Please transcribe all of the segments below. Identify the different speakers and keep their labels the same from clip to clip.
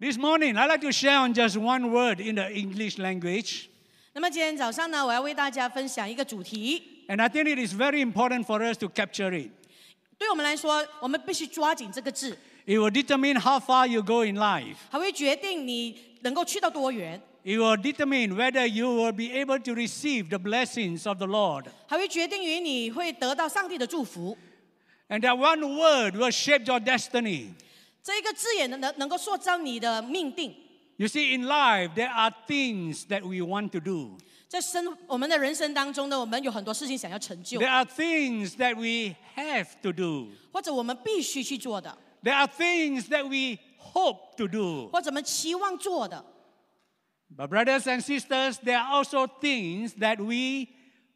Speaker 1: This morning, I'd like to share on just one word in the English language.
Speaker 2: 那么今天早上呢，我要为大家分享一个主题。
Speaker 1: And I think it is very important for us to capture it.
Speaker 2: 对我们来说，我们必须抓紧这个字，
Speaker 1: It will determine how far you go in life.
Speaker 2: 还会决定你能够去到多远，
Speaker 1: It will determine whether you will be able to receive the blessings of the Lord.
Speaker 2: 还会决定于你会得到上帝的祝福。
Speaker 1: And that one word will shape your destiny.
Speaker 2: 这一个字眼能能能够塑造你的命定。
Speaker 1: You see, in life, there are things that we want to do.
Speaker 2: 在生我们的人生当中呢，我们有很多事情想要成就，
Speaker 1: There are things that we have to do.
Speaker 2: 或者我们必须去做的，
Speaker 1: There are things that we hope to do.
Speaker 2: 或者我们期望做的。
Speaker 1: But, brothers and sisters, there are also things that we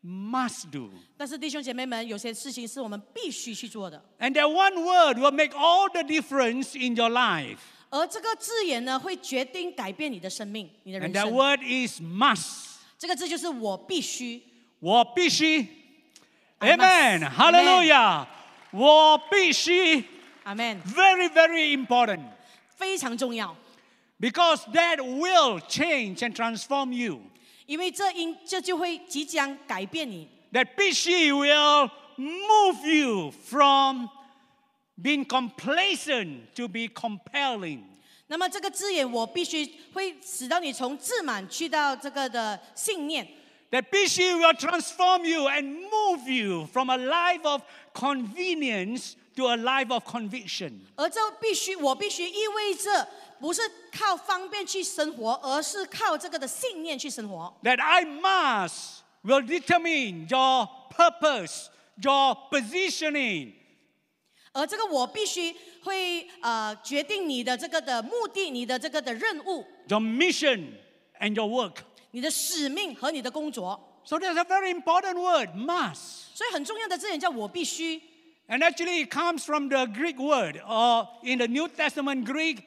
Speaker 1: must do.
Speaker 2: 但是弟兄姐妹们，有些事情是我们必须去做的，
Speaker 1: And that one word will make all the difference in your life.
Speaker 2: 而这个字眼呢，会决定改变你的生命，你的人
Speaker 1: And that
Speaker 2: 生。
Speaker 1: word is must.
Speaker 2: 这个字就是我必须。
Speaker 1: 我必须
Speaker 2: I
Speaker 1: Amen.
Speaker 2: must.
Speaker 1: Hallelujah. 我必须
Speaker 2: 阿 m
Speaker 1: very, very important
Speaker 2: 非常重要，
Speaker 1: because that will change and transform you.
Speaker 2: 因为这因这就会即将改变你。
Speaker 1: That 必须 will move you from being complacent to be compelling.
Speaker 2: 那么这个字眼，我必须会使到你从自满去到这个的信念。
Speaker 1: That 必须 will transform you and move you from a life of convenience to a life of conviction.
Speaker 2: 而这必须，我必须意味着不是靠方便去生活，而是靠这个的信念去生活。
Speaker 1: that I must will determine your purpose, your positioning.
Speaker 2: 而这个我必须会呃决定你的这个的目的、你的这个的任务、
Speaker 1: Your mission and your work.
Speaker 2: 你的使命和你的工作。
Speaker 1: So there's a very important word, must.
Speaker 2: 所以很重要的字眼叫我必须，
Speaker 1: And actually, it comes from the Greek word, or in the New Testament Greek,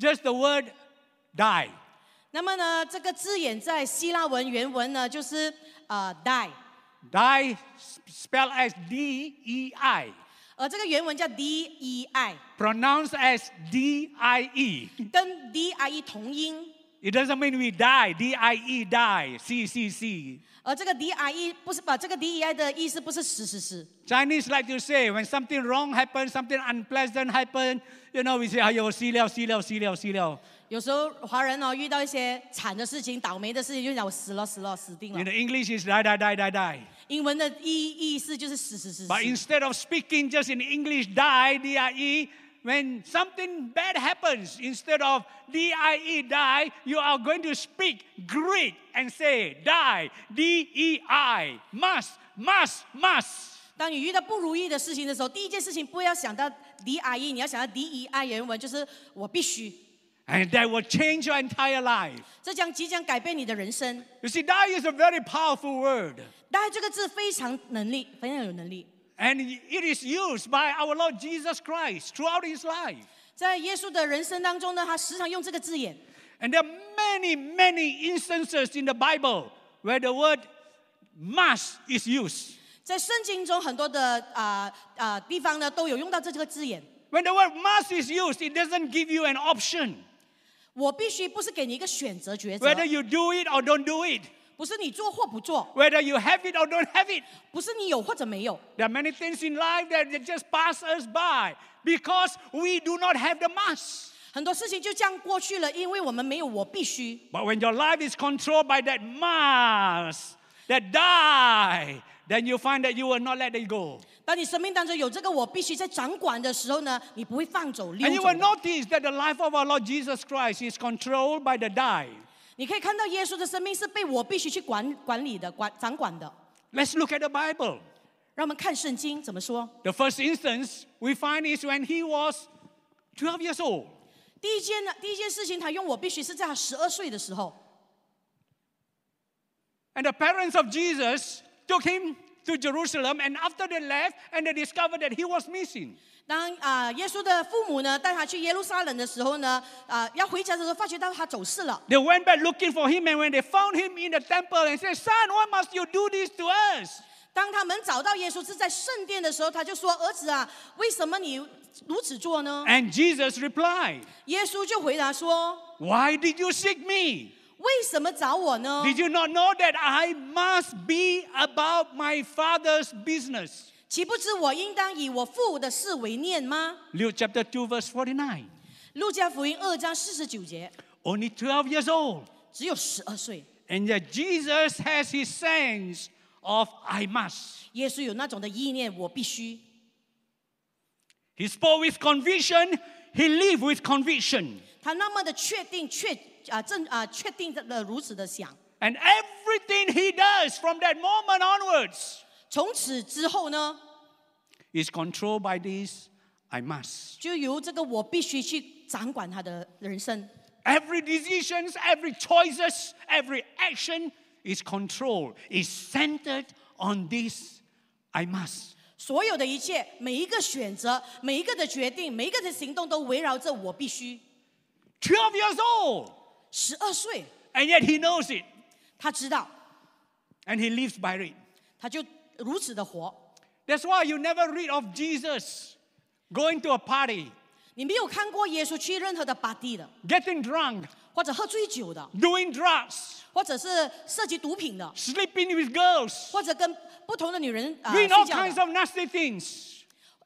Speaker 1: just the word die.
Speaker 2: 那么呢，这个字眼在希腊文原文呢，就是呃 die，
Speaker 1: Die, s- spelled as D E I,
Speaker 2: 而这个原文叫 d e i，
Speaker 1: pronounced as D I E.
Speaker 2: 跟 d i e 同音，
Speaker 1: It doesn't mean we die, D I E, die, C C C.
Speaker 2: 而这个 d i e 不是把这个 d e i 的意思不是死死死，
Speaker 1: Chinese like to say when something wrong happens, something unpleasant happen, you know, we say, ayo, see liao, see liao, see liao, see liao.
Speaker 2: 有时候华人哦遇到一些惨的事情、倒霉的事情，就讲我死了死了死定
Speaker 1: In
Speaker 2: 了。
Speaker 1: the English is die, die, die, die, die. 英文的意思就是死死死死。
Speaker 2: 英文的意意思就是死死死死。
Speaker 1: But instead of speaking just in English, die, D-I-E, when something bad happens, instead of D-I-E, die, you are going to speak Greek and say die, D-E-I, must, must, must.
Speaker 2: 当你遇到不如意的事情的时候，第一件事情不要想到 d i e，你要想到 d e i 原文就是我必须，
Speaker 1: And that will change your entire life.
Speaker 2: 这将即将改变你的人生。
Speaker 1: You see, die is a very powerful word.
Speaker 2: 大爱这个字非常能力，非常有能力。
Speaker 1: And it is used by our Lord Jesus Christ throughout his life.
Speaker 2: 在耶稣的人生当中呢，他时常用这个字眼。
Speaker 1: And there are many, many instances in the Bible where the word must is used.
Speaker 2: 在圣经中很多的啊啊、地方呢，都有用到这个字眼。
Speaker 1: When the word must is used, it doesn't give you an option
Speaker 2: 我必须不是给你一个选择抉
Speaker 1: whether
Speaker 2: 择，
Speaker 1: you do it or don't do it,
Speaker 2: 不是你做或不做，
Speaker 1: whether you have it or don't have it.
Speaker 2: 不是你有或者没有。
Speaker 1: There are many things in life that that just pass us by because we do not have the must.
Speaker 2: 很多事情就这样过去了，因为我们没有我必须。
Speaker 1: But when your life is controlled by that must, that die, then you find that you will not let it go.
Speaker 2: 当你生命当中有这个我必须在掌管的时候呢，你不会放走溜
Speaker 1: And you
Speaker 2: 走
Speaker 1: will
Speaker 2: 的。
Speaker 1: notice that the life of our Lord Jesus Christ is controlled by the die.
Speaker 2: 你可以看到耶稣的生命是被我必须去管管理的、管掌管的。
Speaker 1: Let's look at the Bible.
Speaker 2: 让我们看圣经怎么说。
Speaker 1: The first instance we find is when he was 12 years old.
Speaker 2: 第一件呢，第一件事情，他用我必须是在他十二岁的时候，
Speaker 1: And the parents of Jesus took him to Jerusalem. And after they left, and they discovered that he was missing.
Speaker 2: 当啊、耶稣的父母呢带他去耶路撒冷的时候呢，啊、要回家的时候发觉到他走失了，
Speaker 1: They went back looking for him. And when they found him in the temple and said, Son, why must you do this to us?
Speaker 2: 当他们找到耶稣是在圣殿的时候，他就说：“儿子啊，为什么你如此做呢
Speaker 1: And Jesus replied,？”
Speaker 2: 耶稣就回答说
Speaker 1: Why did you seek me?：“
Speaker 2: 为什么找我呢？
Speaker 1: Did you not know that I must be about my Father's business?
Speaker 2: 岂不知我应当以我父的事为念吗
Speaker 1: Luke chapter 2, verse 49.？”
Speaker 2: 路加福音二章四十九节，
Speaker 1: Only 12 years old.
Speaker 2: 只有十二岁，
Speaker 1: And yet Jesus has his sense of I must.
Speaker 2: 耶稣有那种的意念，我必须。
Speaker 1: He spoke with conviction, he lived with conviction.
Speaker 2: 他那么的确定，确啊正啊确定的如此的想。
Speaker 1: And everything he does from that moment onwards
Speaker 2: 从此之后呢，
Speaker 1: is controlled by this I must.
Speaker 2: 就由这个我必须去掌管他的人生。
Speaker 1: Every decisions, every choices, every action is controlled, is centered on this I must.
Speaker 2: 所有的一切，每一个选择，每一个的决定，每一个的行动，都围绕着我必须。
Speaker 1: 12 years old,
Speaker 2: 十二岁，
Speaker 1: and yet he knows it
Speaker 2: 他知道，
Speaker 1: and he lives by it.
Speaker 2: 他就如此的活。
Speaker 1: That's why you never read of Jesus going to a party,
Speaker 2: 你没有看过耶稣去任何的 party 的，
Speaker 1: getting drunk,
Speaker 2: 或者喝醉酒的，
Speaker 1: doing drugs,
Speaker 2: 或者是涉及毒品的，
Speaker 1: sleeping with girls,
Speaker 2: 或者跟不同的女人啊、呃、睡
Speaker 1: doing all
Speaker 2: 觉
Speaker 1: kinds
Speaker 2: 的
Speaker 1: of nasty things.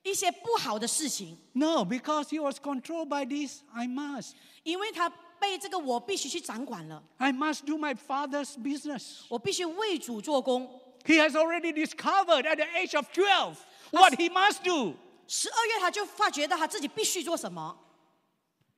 Speaker 2: 一些不好的事情，
Speaker 1: No, because he was controlled by this I must.
Speaker 2: 因为他被这个我必须去掌管了，
Speaker 1: I must do my father's business.
Speaker 2: 我必须为主做工。
Speaker 1: He has already discovered at the age of 12 what he must do.
Speaker 2: 十二月他就发觉到他自己必须做什么。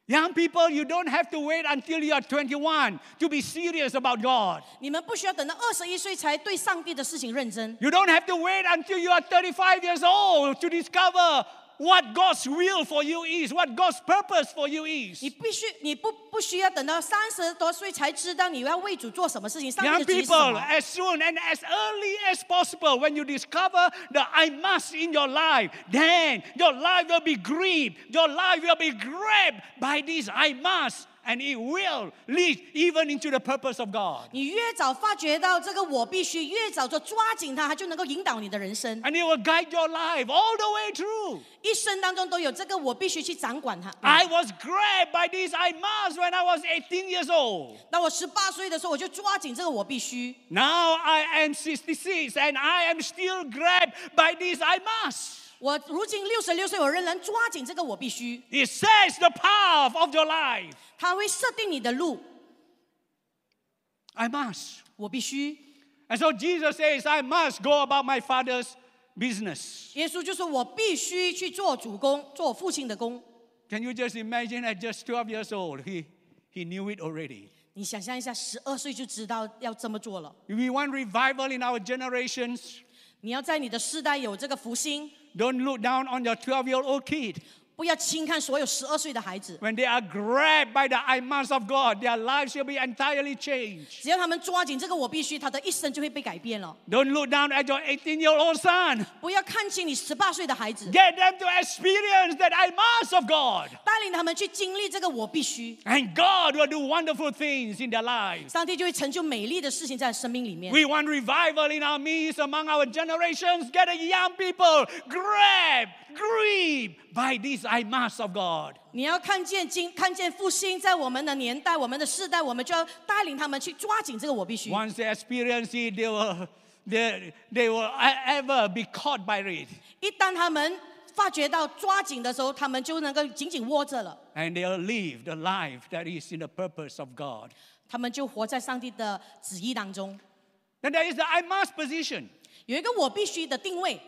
Speaker 1: Young people, you don't have to wait until you are 21 to be serious about God.
Speaker 2: 你们不需要等到二十一岁才对上帝的事情认真，
Speaker 1: You don't have to wait until you are 35 years old to discover what God's will for you is, what God's purpose for you
Speaker 2: 你
Speaker 1: is.
Speaker 2: 必须你不不需要等到三十多岁才知道你要为主做什么事情，上帝
Speaker 1: Young
Speaker 2: 的旨意是什
Speaker 1: people, 哎
Speaker 2: 么。
Speaker 1: as soon and as early as possible, when you discover the I must in your life, then your life will be gripped, your life will be grabbed by this I must, and it will lead even into the purpose of God.
Speaker 2: 你越早发觉到这个我必须，越早就抓紧它，它就能够引导你的人生。
Speaker 1: And it will guide your life all the way through.
Speaker 2: 一生当中都有这个我必须去掌管它。
Speaker 1: I was grabbed by this I must when I was 18 years old.
Speaker 2: 当我十八岁的时候，我就抓紧这个我必须。
Speaker 1: Now I am 66 and I am still grabbed by this I must.
Speaker 2: 我如今六十六岁，我仍然抓紧这个我必须。
Speaker 1: It sets the path of your life.
Speaker 2: 它会设定你的路，
Speaker 1: I must.
Speaker 2: 我必须。
Speaker 1: And so Jesus says, I must go about my father's business.
Speaker 2: 耶稣就说：“我必须去做主公，做我父亲的工。
Speaker 1: Can you just imagine at just 12 years old, he, he knew it already. ”
Speaker 2: 你想象一下，十二岁就知道要这么做了。
Speaker 1: We want revival in our generations.
Speaker 2: 你要在你的世代有这个福星，
Speaker 1: Don't look down on your 12 year old kid.
Speaker 2: 不要轻看所有十二岁的孩子。
Speaker 1: When they are grabbed by the I must of God, their lives will be entirely changed.
Speaker 2: 只要他们抓紧这个我必须，他的一生就会被改变了。
Speaker 1: Don't look down at your 18 year old son.
Speaker 2: 不要看轻你十八岁的孩子，
Speaker 1: Get them to experience that I must of God.
Speaker 2: 带领他们去经历这个我必须，
Speaker 1: And God will do wonderful things in their lives.
Speaker 2: 上帝就会成就美丽的事情在生命里面。
Speaker 1: We want revival in our midst among our generations. Get the young people grabbed, gripped by this I must of God.
Speaker 2: 你要看见经，看见复兴，在我们的年代、我们的世代，我们就要带领他们去抓紧这个我必须。
Speaker 1: Once they experience it, they will, they, they will e-, ever be caught by it.
Speaker 2: 一旦他们发觉到抓紧的时候，他们就能够紧紧握着了，
Speaker 1: And they will live the life that is in the purpose of God.
Speaker 2: 他们就活在上帝的旨意当中。
Speaker 1: Then there is the I must position.
Speaker 2: 有一个我必须的定位，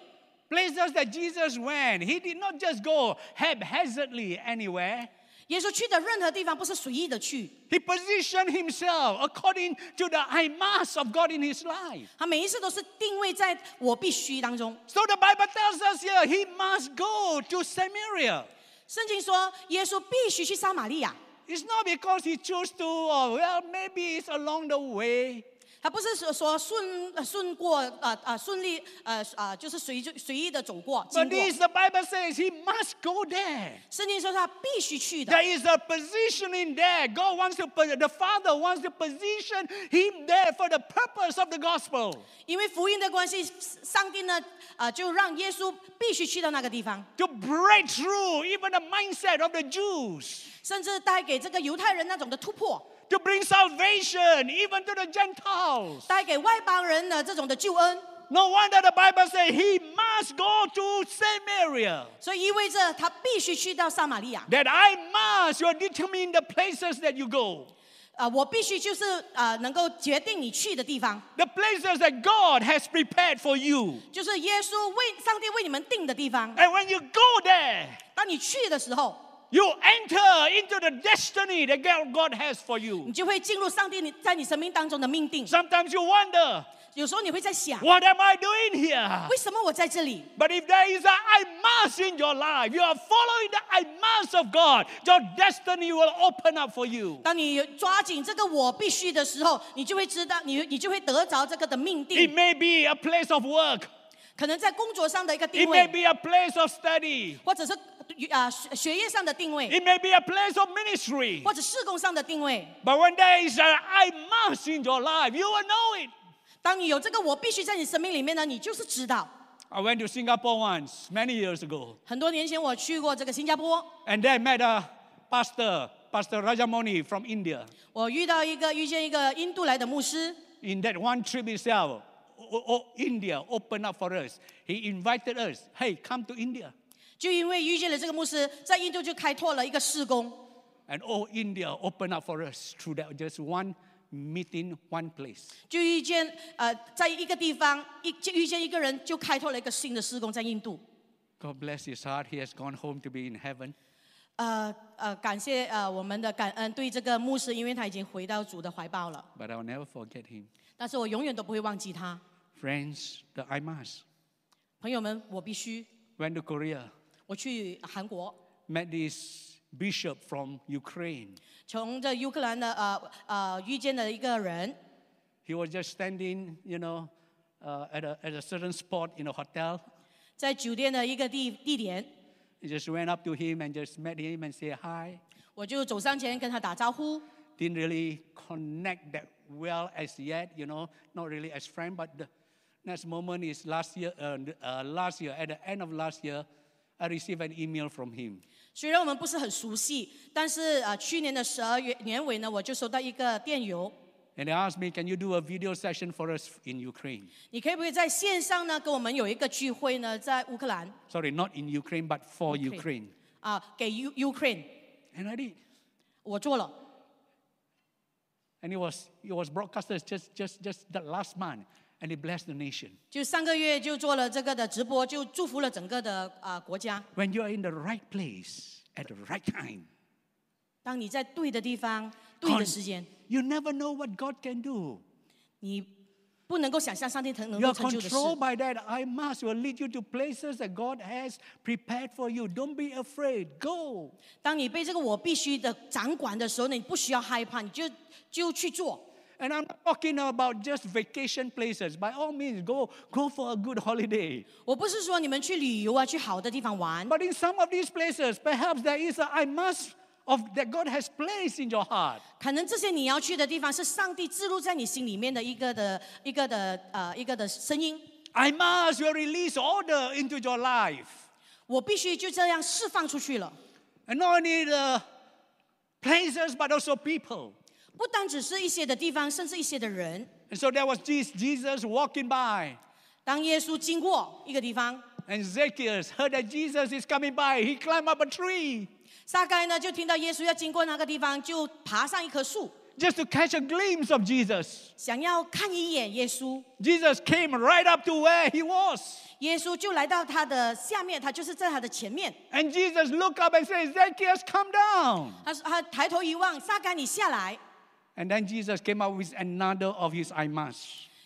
Speaker 1: Places that Jesus went, he did not just go haphazardly anywhere.
Speaker 2: 耶稣去的任何地方不是随意的去，
Speaker 1: He positioned himself according to the I must of God in his life.
Speaker 2: 他每一次都是定位在我必须当中。
Speaker 1: So the Bible tells us here he must go to Samaria.
Speaker 2: 圣经说，耶稣必须去撒玛利亚，
Speaker 1: It's not because he chose to, or well, maybe it's along the way.
Speaker 2: 他不是说说顺呃顺过呃呃顺利呃呃就是随就随意的走过经
Speaker 1: But
Speaker 2: 过。
Speaker 1: this, the Bible says he must go there.
Speaker 2: 圣经说他必须去的，
Speaker 1: There is a positioning there. God wants to, pos- the Father wants to position him there for the purpose of the gospel,
Speaker 2: 因为福音的关系，上帝呢啊就让耶稣必须去到那个地方，
Speaker 1: to break through even the mindset of the Jews,
Speaker 2: 甚至带给这个犹太人那种的突破，
Speaker 1: to bring salvation even to the Gentiles.
Speaker 2: 带给外邦人的这种的救恩。
Speaker 1: No wonder the Bible says he must go to Samaria.
Speaker 2: 所以意味着他必须去到撒玛利亚。
Speaker 1: That I must, you determine the places that you go.
Speaker 2: 啊、我必须就是啊、能够决定你去的地方，
Speaker 1: The places that God has prepared for you.
Speaker 2: 就是耶稣为上帝为你们定的地方。
Speaker 1: And when you go there,
Speaker 2: 当你去的时候，
Speaker 1: You enter into the destiny that God God has for
Speaker 2: 你
Speaker 1: you.
Speaker 2: 就会进入上帝你在你生命当中的命定。
Speaker 1: Sometimes you wonder,
Speaker 2: 有时候你会在想，
Speaker 1: what am I doing here?
Speaker 2: 为什么我在这里？
Speaker 1: But if there is a I must in your life, you are following the I must of God, your destiny will open up for you.
Speaker 2: 当你抓紧这个我必须的时候，你就会知道，你你就会得着这个的命
Speaker 1: It
Speaker 2: 定，
Speaker 1: may be a place of work,
Speaker 2: 可能在工作上的一个
Speaker 1: it
Speaker 2: 定
Speaker 1: may
Speaker 2: 位，
Speaker 1: be a place of study,
Speaker 2: 或者是啊学学业上的定位，
Speaker 1: it may be a place of ministry.
Speaker 2: 或者事工上的定位。
Speaker 1: But when there is a I must in your life, you will know it.
Speaker 2: 当你有这个我必须在你生命里面呢，你就是知道。
Speaker 1: I went to Singapore once, many years ago.
Speaker 2: 很多年前我去过这个新加坡，
Speaker 1: And then met a pastor, Pastor Rajamoni from India.
Speaker 2: 我遇到一个遇见一个印度来的牧师，
Speaker 1: In that one trip itself, o- o- India opened up for us. He invited us, hey, come to India.
Speaker 2: 就因为遇见了这个牧师，在印度就开拓了一个事工，
Speaker 1: And all India opened up for us through that just one meeting, one place.
Speaker 2: 就遇见呃，在一个地方一就遇见一个人，就开拓了一个新的事工在印度。
Speaker 1: God bless his heart. He has gone home to be in heaven.
Speaker 2: 呃呃，感谢呃我们的感恩对这个牧师，因为他已经回到主的怀抱了，
Speaker 1: But I'll never forget him.
Speaker 2: 但是我永远都不会忘记他。
Speaker 1: Friends, the I must.
Speaker 2: 朋友们，我必须
Speaker 1: Went to Korea,
Speaker 2: 我去韩国，
Speaker 1: met this bishop from Ukraine.
Speaker 2: 从这乌克兰的呃呃遇见了一个人，
Speaker 1: He was just standing, you know, uh, at, a, at a certain spot in a hotel.
Speaker 2: 在酒店的一个地地点，
Speaker 1: I just went up to him and just met him and say hi.
Speaker 2: 我就走上前跟他打招呼。
Speaker 1: Didn't really connect that well as yet, you know, not really as friend. But the next moment is last year. Uh, uh, last year, at the end of last year, I received an email from him.
Speaker 2: 虽然我们不是很熟悉，但是啊、呃去年的十二月年尾呢，我就收到一个呃电邮，
Speaker 1: And they asked me, "Can you do a video session for us in Ukraine?
Speaker 2: 你可以不可以在线上呢跟我们有一个聚会呢，在乌克兰
Speaker 1: Sorry, not in Ukraine, but for
Speaker 2: Ukraine.
Speaker 1: Ukraine."
Speaker 2: 啊、给 U Ukraine，
Speaker 1: And I did.
Speaker 2: 我做了。
Speaker 1: And it was it was broadcasted just just just that last month, and it blessed the nation.
Speaker 2: 就上个月就做了这个的直播，就祝福了整个的啊、呃国家。
Speaker 1: When you are in the right place at the right time.
Speaker 2: 当你在对的地方、对
Speaker 1: Con-
Speaker 2: 的时间，
Speaker 1: You never know what God can do.
Speaker 2: 你不能够想象上帝能能
Speaker 1: You
Speaker 2: 够
Speaker 1: are
Speaker 2: 成就的事。
Speaker 1: controlled by that I must will lead you to places that God has prepared for you. Don't be afraid. Go.
Speaker 2: 当你被这个我必须的掌管的时候呢，你不需要害怕，你就就去做。
Speaker 1: And I'm not talking about just vacation places. By all means, go go for a good holiday.
Speaker 2: 我不是说你们去旅游啊，去好的地方玩，
Speaker 1: But in some of these places, perhaps there is a I must of that God has placed in your heart.
Speaker 2: 可能这些你要去的地方是上帝植入在你心里面的一个的一个的呃一个的声音。
Speaker 1: I must will release order into your life.
Speaker 2: 我必须就这样释放出去了，
Speaker 1: And not only the places, but also people.
Speaker 2: 不单只是一些的地方，甚至一些的人。
Speaker 1: And so there was Jesus- Jesus walking by.
Speaker 2: 当耶稣经过一个地方，
Speaker 1: And Zacchaeus heard that Jesus is coming by. He climbed up a tree
Speaker 2: 撒该呢就听到耶稣要经过那个地方，就爬上一棵树，
Speaker 1: just to catch a glimpse of Jesus.
Speaker 2: 想要看一眼耶稣。
Speaker 1: Jesus came right up to where he was.
Speaker 2: 耶稣就来到他的下面，他就是在他的前面。
Speaker 1: And Jesus looked up and said, Zacchaeus, come down.
Speaker 2: 他说他抬头一望，撒该你下来。
Speaker 1: And then Jesus came up with another of his I must.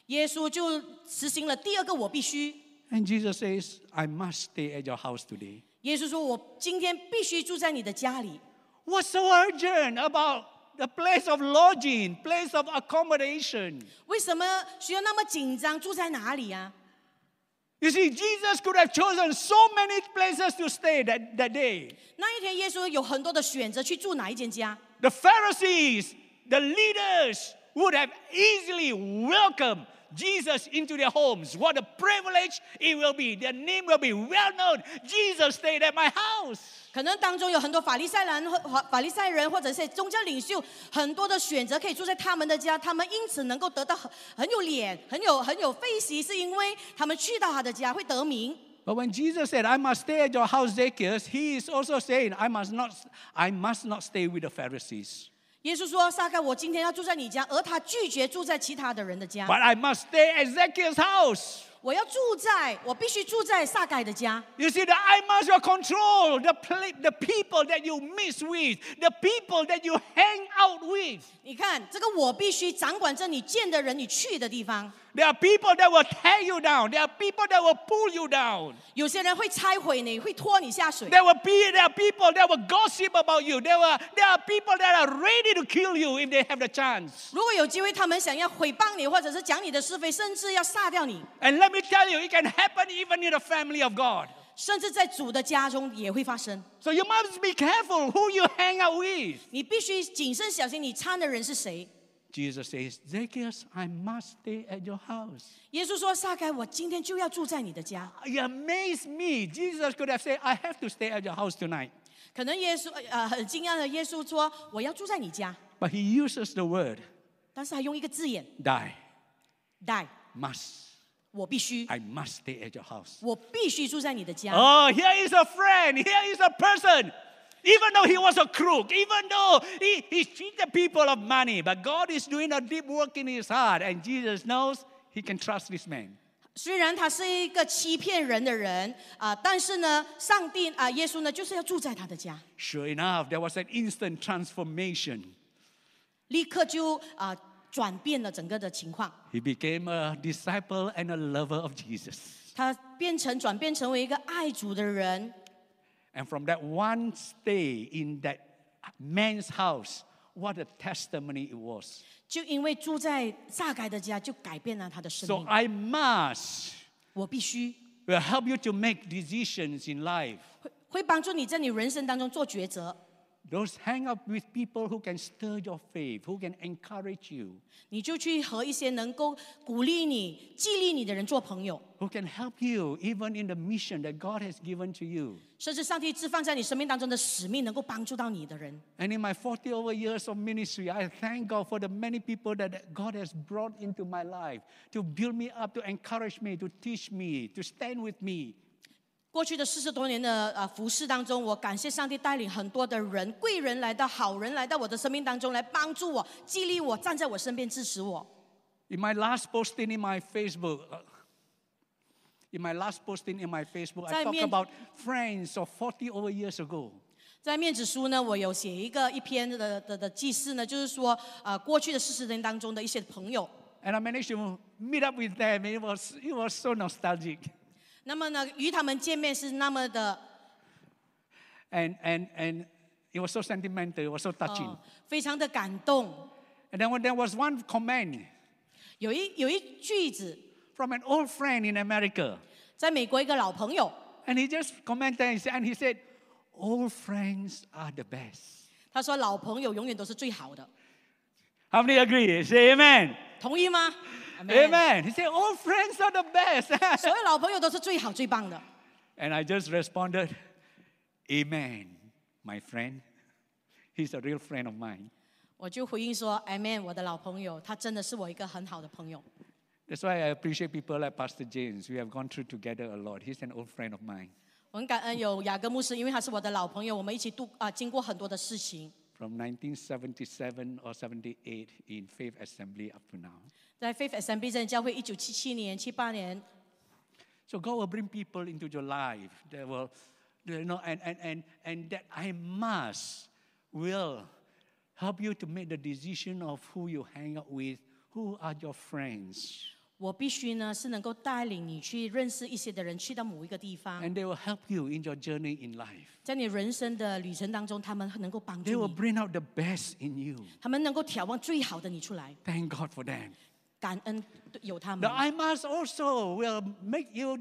Speaker 2: 耶稣就实行了第二个我必须。
Speaker 1: And Jesus says, I must stay at your house today.
Speaker 2: 耶稣说：“我今天必须住在你的家里。
Speaker 1: What's so urgent about the place of lodging, place of accommodation.
Speaker 2: 为什么需要那么紧张？住在哪里啊呀、
Speaker 1: You see, Jesus could have chosen so many places to stay that, that day.
Speaker 2: 那一天，耶稣有很多的选择去住哪一间家。
Speaker 1: The Pharisees, the leaders, would have easily welcomed Jesus into their homes. What a privilege it will be. Their name will be well known. Jesus stayed at my house.
Speaker 2: 可能当中有很多法利赛人或法法利赛人或者是宗教领袖，很多的选择可以住在他们的家，他们因此能够得到很很有脸、很有很有飞席，是因为他们去到他的家会得名。
Speaker 1: But when Jesus said, I must stay at your house, Zacchaeus, he is also saying, I must not, I must not stay with the Pharisees,
Speaker 2: 耶稣说：“撒该，我今天要住在你家。”而他拒绝住在其他的人的家。
Speaker 1: but I must stay at Zacchaeus' house.
Speaker 2: 我要住在，我必须住在撒该的家。
Speaker 1: You see, the I must you control the, pla- the people that you mix with, the people that you hang out with.
Speaker 2: 你看，这个我必须掌管着你见的人，你去的地方。
Speaker 1: There are people that will tear you down. There are people that will pull you down.
Speaker 2: 有些人会拆毁你，会拖你下水。
Speaker 1: There will be there are people that will gossip about you. There were there are people that are ready to kill you if they have the chance.
Speaker 2: 如果有机会，他们想要毁谤你，或者是讲你的是非，甚至要杀掉你，
Speaker 1: And let me tell you, it can happen even in the family of God.
Speaker 2: 甚至在主的家中也会发生。
Speaker 1: So you must be careful who you hang out with.
Speaker 2: 你必须谨慎小心，你参的人是谁。
Speaker 1: Jesus says, Zacchaeus, I must stay at your house.
Speaker 2: 耶稣说：“撒该，我今天就要住在你的家。
Speaker 1: You amaze me. Jesus could have said, I have to stay at your house tonight. ”
Speaker 2: 可能耶稣呃很惊讶的，耶稣说：“我要住在你家。
Speaker 1: But he uses the word
Speaker 2: 但是他用一个字眼
Speaker 1: die,
Speaker 2: “die”，
Speaker 1: must.
Speaker 2: 我必须，
Speaker 1: I must stay at your house.
Speaker 2: 我必须住在你的家。
Speaker 1: Oh, here is a friend. Here is a person. Even though he was a crook, even though he, he cheated people of money, but God is doing a deep work in his heart, and Jesus knows he can trust this man.
Speaker 2: 虽然他是一个欺骗人的人啊、但是呢，上帝啊、耶稣呢，就是要住在他的家，
Speaker 1: Sure enough, there was an instant transformation.
Speaker 2: 立刻就啊、转变了整个的情况。
Speaker 1: He became a disciple and a lover of Jesus.
Speaker 2: 他变成转变成为一个爱主的人。
Speaker 1: And from that one stay in that man's house, what a testimony it was.
Speaker 2: 就因为住在撒该的家，就改变了他的生
Speaker 1: So
Speaker 2: 命。
Speaker 1: I must
Speaker 2: 我必须
Speaker 1: will help you to make decisions in life.
Speaker 2: 会会帮助你在你人生当中做抉择。
Speaker 1: Those hang up with people who can stir your faith, who can encourage you,
Speaker 2: 你就去和一些能够鼓励你、激励你的人做朋友，
Speaker 1: who can help you even in the mission that God has given to you.
Speaker 2: 甚至上帝置放在你生命当中的使命，能够帮助到你的人。
Speaker 1: And in my 40 over years of ministry, I thank God for the many people that God has brought into my life to build me up, to encourage me, to teach me, to stand with me.
Speaker 2: 过去的四十多年的呃服侍当中，我感谢上帝带领很多的人、贵人来到、好人来到我的生命当中，来帮助我、激励我、站在我身边支持我。
Speaker 1: In my last posting in my Facebook, uh, in my last posting in my Facebook, I
Speaker 2: Tại
Speaker 1: talk
Speaker 2: miền-
Speaker 1: about friends of 40 over years ago.
Speaker 2: 在面子书呢，我有写一个一篇的的的记事呢，就是说，呃，过去的四十年当中的一些朋友。
Speaker 1: And I managed to meet up with them. It was, it was so nostalgic.
Speaker 2: 那么呢，与他们见面是那么的
Speaker 1: And, and, and it was so sentimental. It was so
Speaker 2: 呃
Speaker 1: touching.
Speaker 2: 非常的感动。
Speaker 1: And then when there was one comment
Speaker 2: 有一有一句子，
Speaker 1: from an old friend in America.
Speaker 2: 在美国一个老朋友，
Speaker 1: And he just commented and he said, and he said old friends are the best.
Speaker 2: 他说老朋友永远都是最好的，
Speaker 1: How many agree? Say amen.
Speaker 2: 同意吗
Speaker 1: Amen. He said, old friends are the best.
Speaker 2: 所有老朋友都是最好最棒的。
Speaker 1: And I just responded, Amen, my friend. He's a real friend of mine.
Speaker 2: 我就回应说，Amen，我的老朋友，他真的是我一个很好的朋友。
Speaker 1: That's why I appreciate people like Pastor James. We have gone through together a lot. He's an old friend of mine
Speaker 2: 我很感恩有雅各牧师，因为他是我的老朋友，我们一起度啊、经过很多的事情。
Speaker 1: from 1977 or 78 in Faith Assembly up to now.
Speaker 2: 在 Faith Assembly 真教会一九七七年、七八年，
Speaker 1: So God will bring people into your life that will, you know, and, and, and, and that I must will help you to make the decision of who you hang out with, who are your friends.
Speaker 2: 我必须呢是能够带领你去认识一些的人，去到某一个地方，
Speaker 1: and they will help you in your journey in life.
Speaker 2: 在你人生的旅程当中，他们能够帮
Speaker 1: They
Speaker 2: 助
Speaker 1: will
Speaker 2: 你，
Speaker 1: bring out the best in you.
Speaker 2: 他们能够眺望最好的你出来。
Speaker 1: Thank God for them.
Speaker 2: 感恩有他
Speaker 1: The
Speaker 2: 们，
Speaker 1: I must also will make you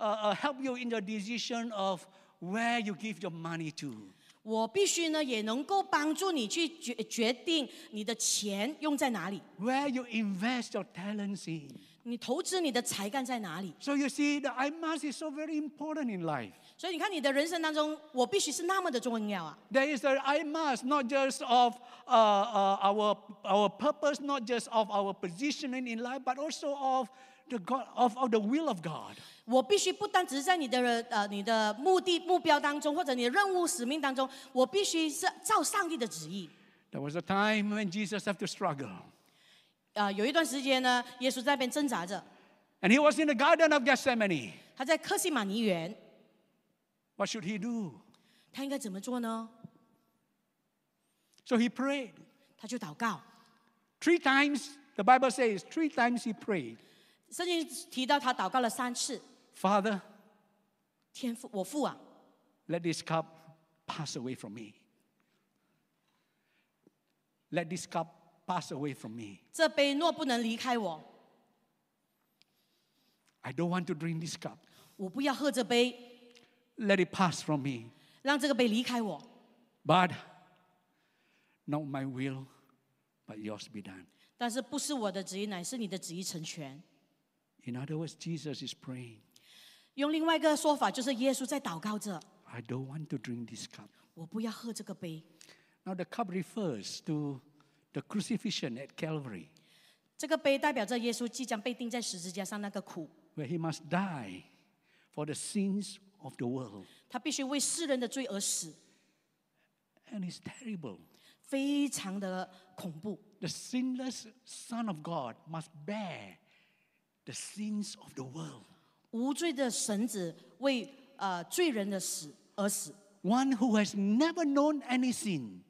Speaker 1: uh, uh, help you in your decision of where you give your money to.
Speaker 2: 我必须呢也能够帮助你去决决定你的钱用在哪里，
Speaker 1: Where you invest your talents in.
Speaker 2: 你投资你的才干在哪里。
Speaker 1: So you see, the I must is so very important in life.
Speaker 2: 所以你看，你的人生当中，我必须是那么的重要啊！
Speaker 1: There is the I must, not just of uh, uh, our, our purpose, not just of our positioning in life, but also of the, God, of, of the will of God.
Speaker 2: 我必须不单只是在你的呃你的目的目标当中，或者你的任务使命当中，我必须是照上帝的旨意。
Speaker 1: There was a time when Jesus had to struggle.
Speaker 2: 呃，有一段时间呢，耶稣在那边挣扎着，
Speaker 1: And he was in the Garden of Gethsemane.
Speaker 2: 他在克西马尼园，
Speaker 1: What should he do?
Speaker 2: 他应该怎么做呢？
Speaker 1: So he prayed.
Speaker 2: 他就祷告。
Speaker 1: Three times, the Bible says, three times he prayed.
Speaker 2: 圣经提到他祷告了三次，
Speaker 1: Father,
Speaker 2: 天父，我父啊，
Speaker 1: let this cup pass away from me. Let this cup pass away from me.
Speaker 2: 这杯若不能离开我，
Speaker 1: I don't want to drink this cup.
Speaker 2: 我不要喝这杯，
Speaker 1: Let it pass from me.
Speaker 2: 让这个杯离开我。
Speaker 1: But not my will, but yours be done.
Speaker 2: 但是不是我的旨意，乃是你的旨意成全。
Speaker 1: In other words, Jesus is praying,
Speaker 2: 用另外一个说法，就是耶稣在祷告着：
Speaker 1: I don't want to drink this cup.
Speaker 2: 我不要喝这个杯。
Speaker 1: Now, the cup refers to the crucifixion at Calvary,
Speaker 2: 这个杯代表着耶稣即将被钉在十字架上那个苦，
Speaker 1: where he must die for the sins of the world.
Speaker 2: 他必须为世人的罪而死，
Speaker 1: And it's terrible.
Speaker 2: 非常的恐怖。
Speaker 1: The sinless Son of God must bear the sins of the world.
Speaker 2: 无罪的神子为呃罪人的死而死，
Speaker 1: One who has never known any sin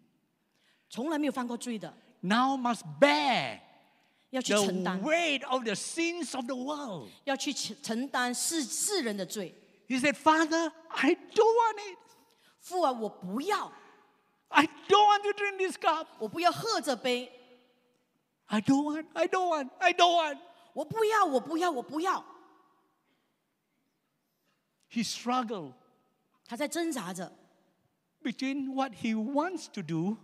Speaker 2: 从来没有犯过罪的，
Speaker 1: now must bear
Speaker 2: 要去承
Speaker 1: the
Speaker 2: 担，
Speaker 1: weight of the sins of the world.
Speaker 2: 要去承承担世世人的罪。
Speaker 1: He said, Father, I don't want it.
Speaker 2: 父啊，我不要，
Speaker 1: I don't want to drink this cup.
Speaker 2: 我不要喝这杯，
Speaker 1: I don't want, I don't want, I don't want.
Speaker 2: 我不要，我不要，我不要。
Speaker 1: He struggled
Speaker 2: 他在挣扎着，
Speaker 1: between what he wants to do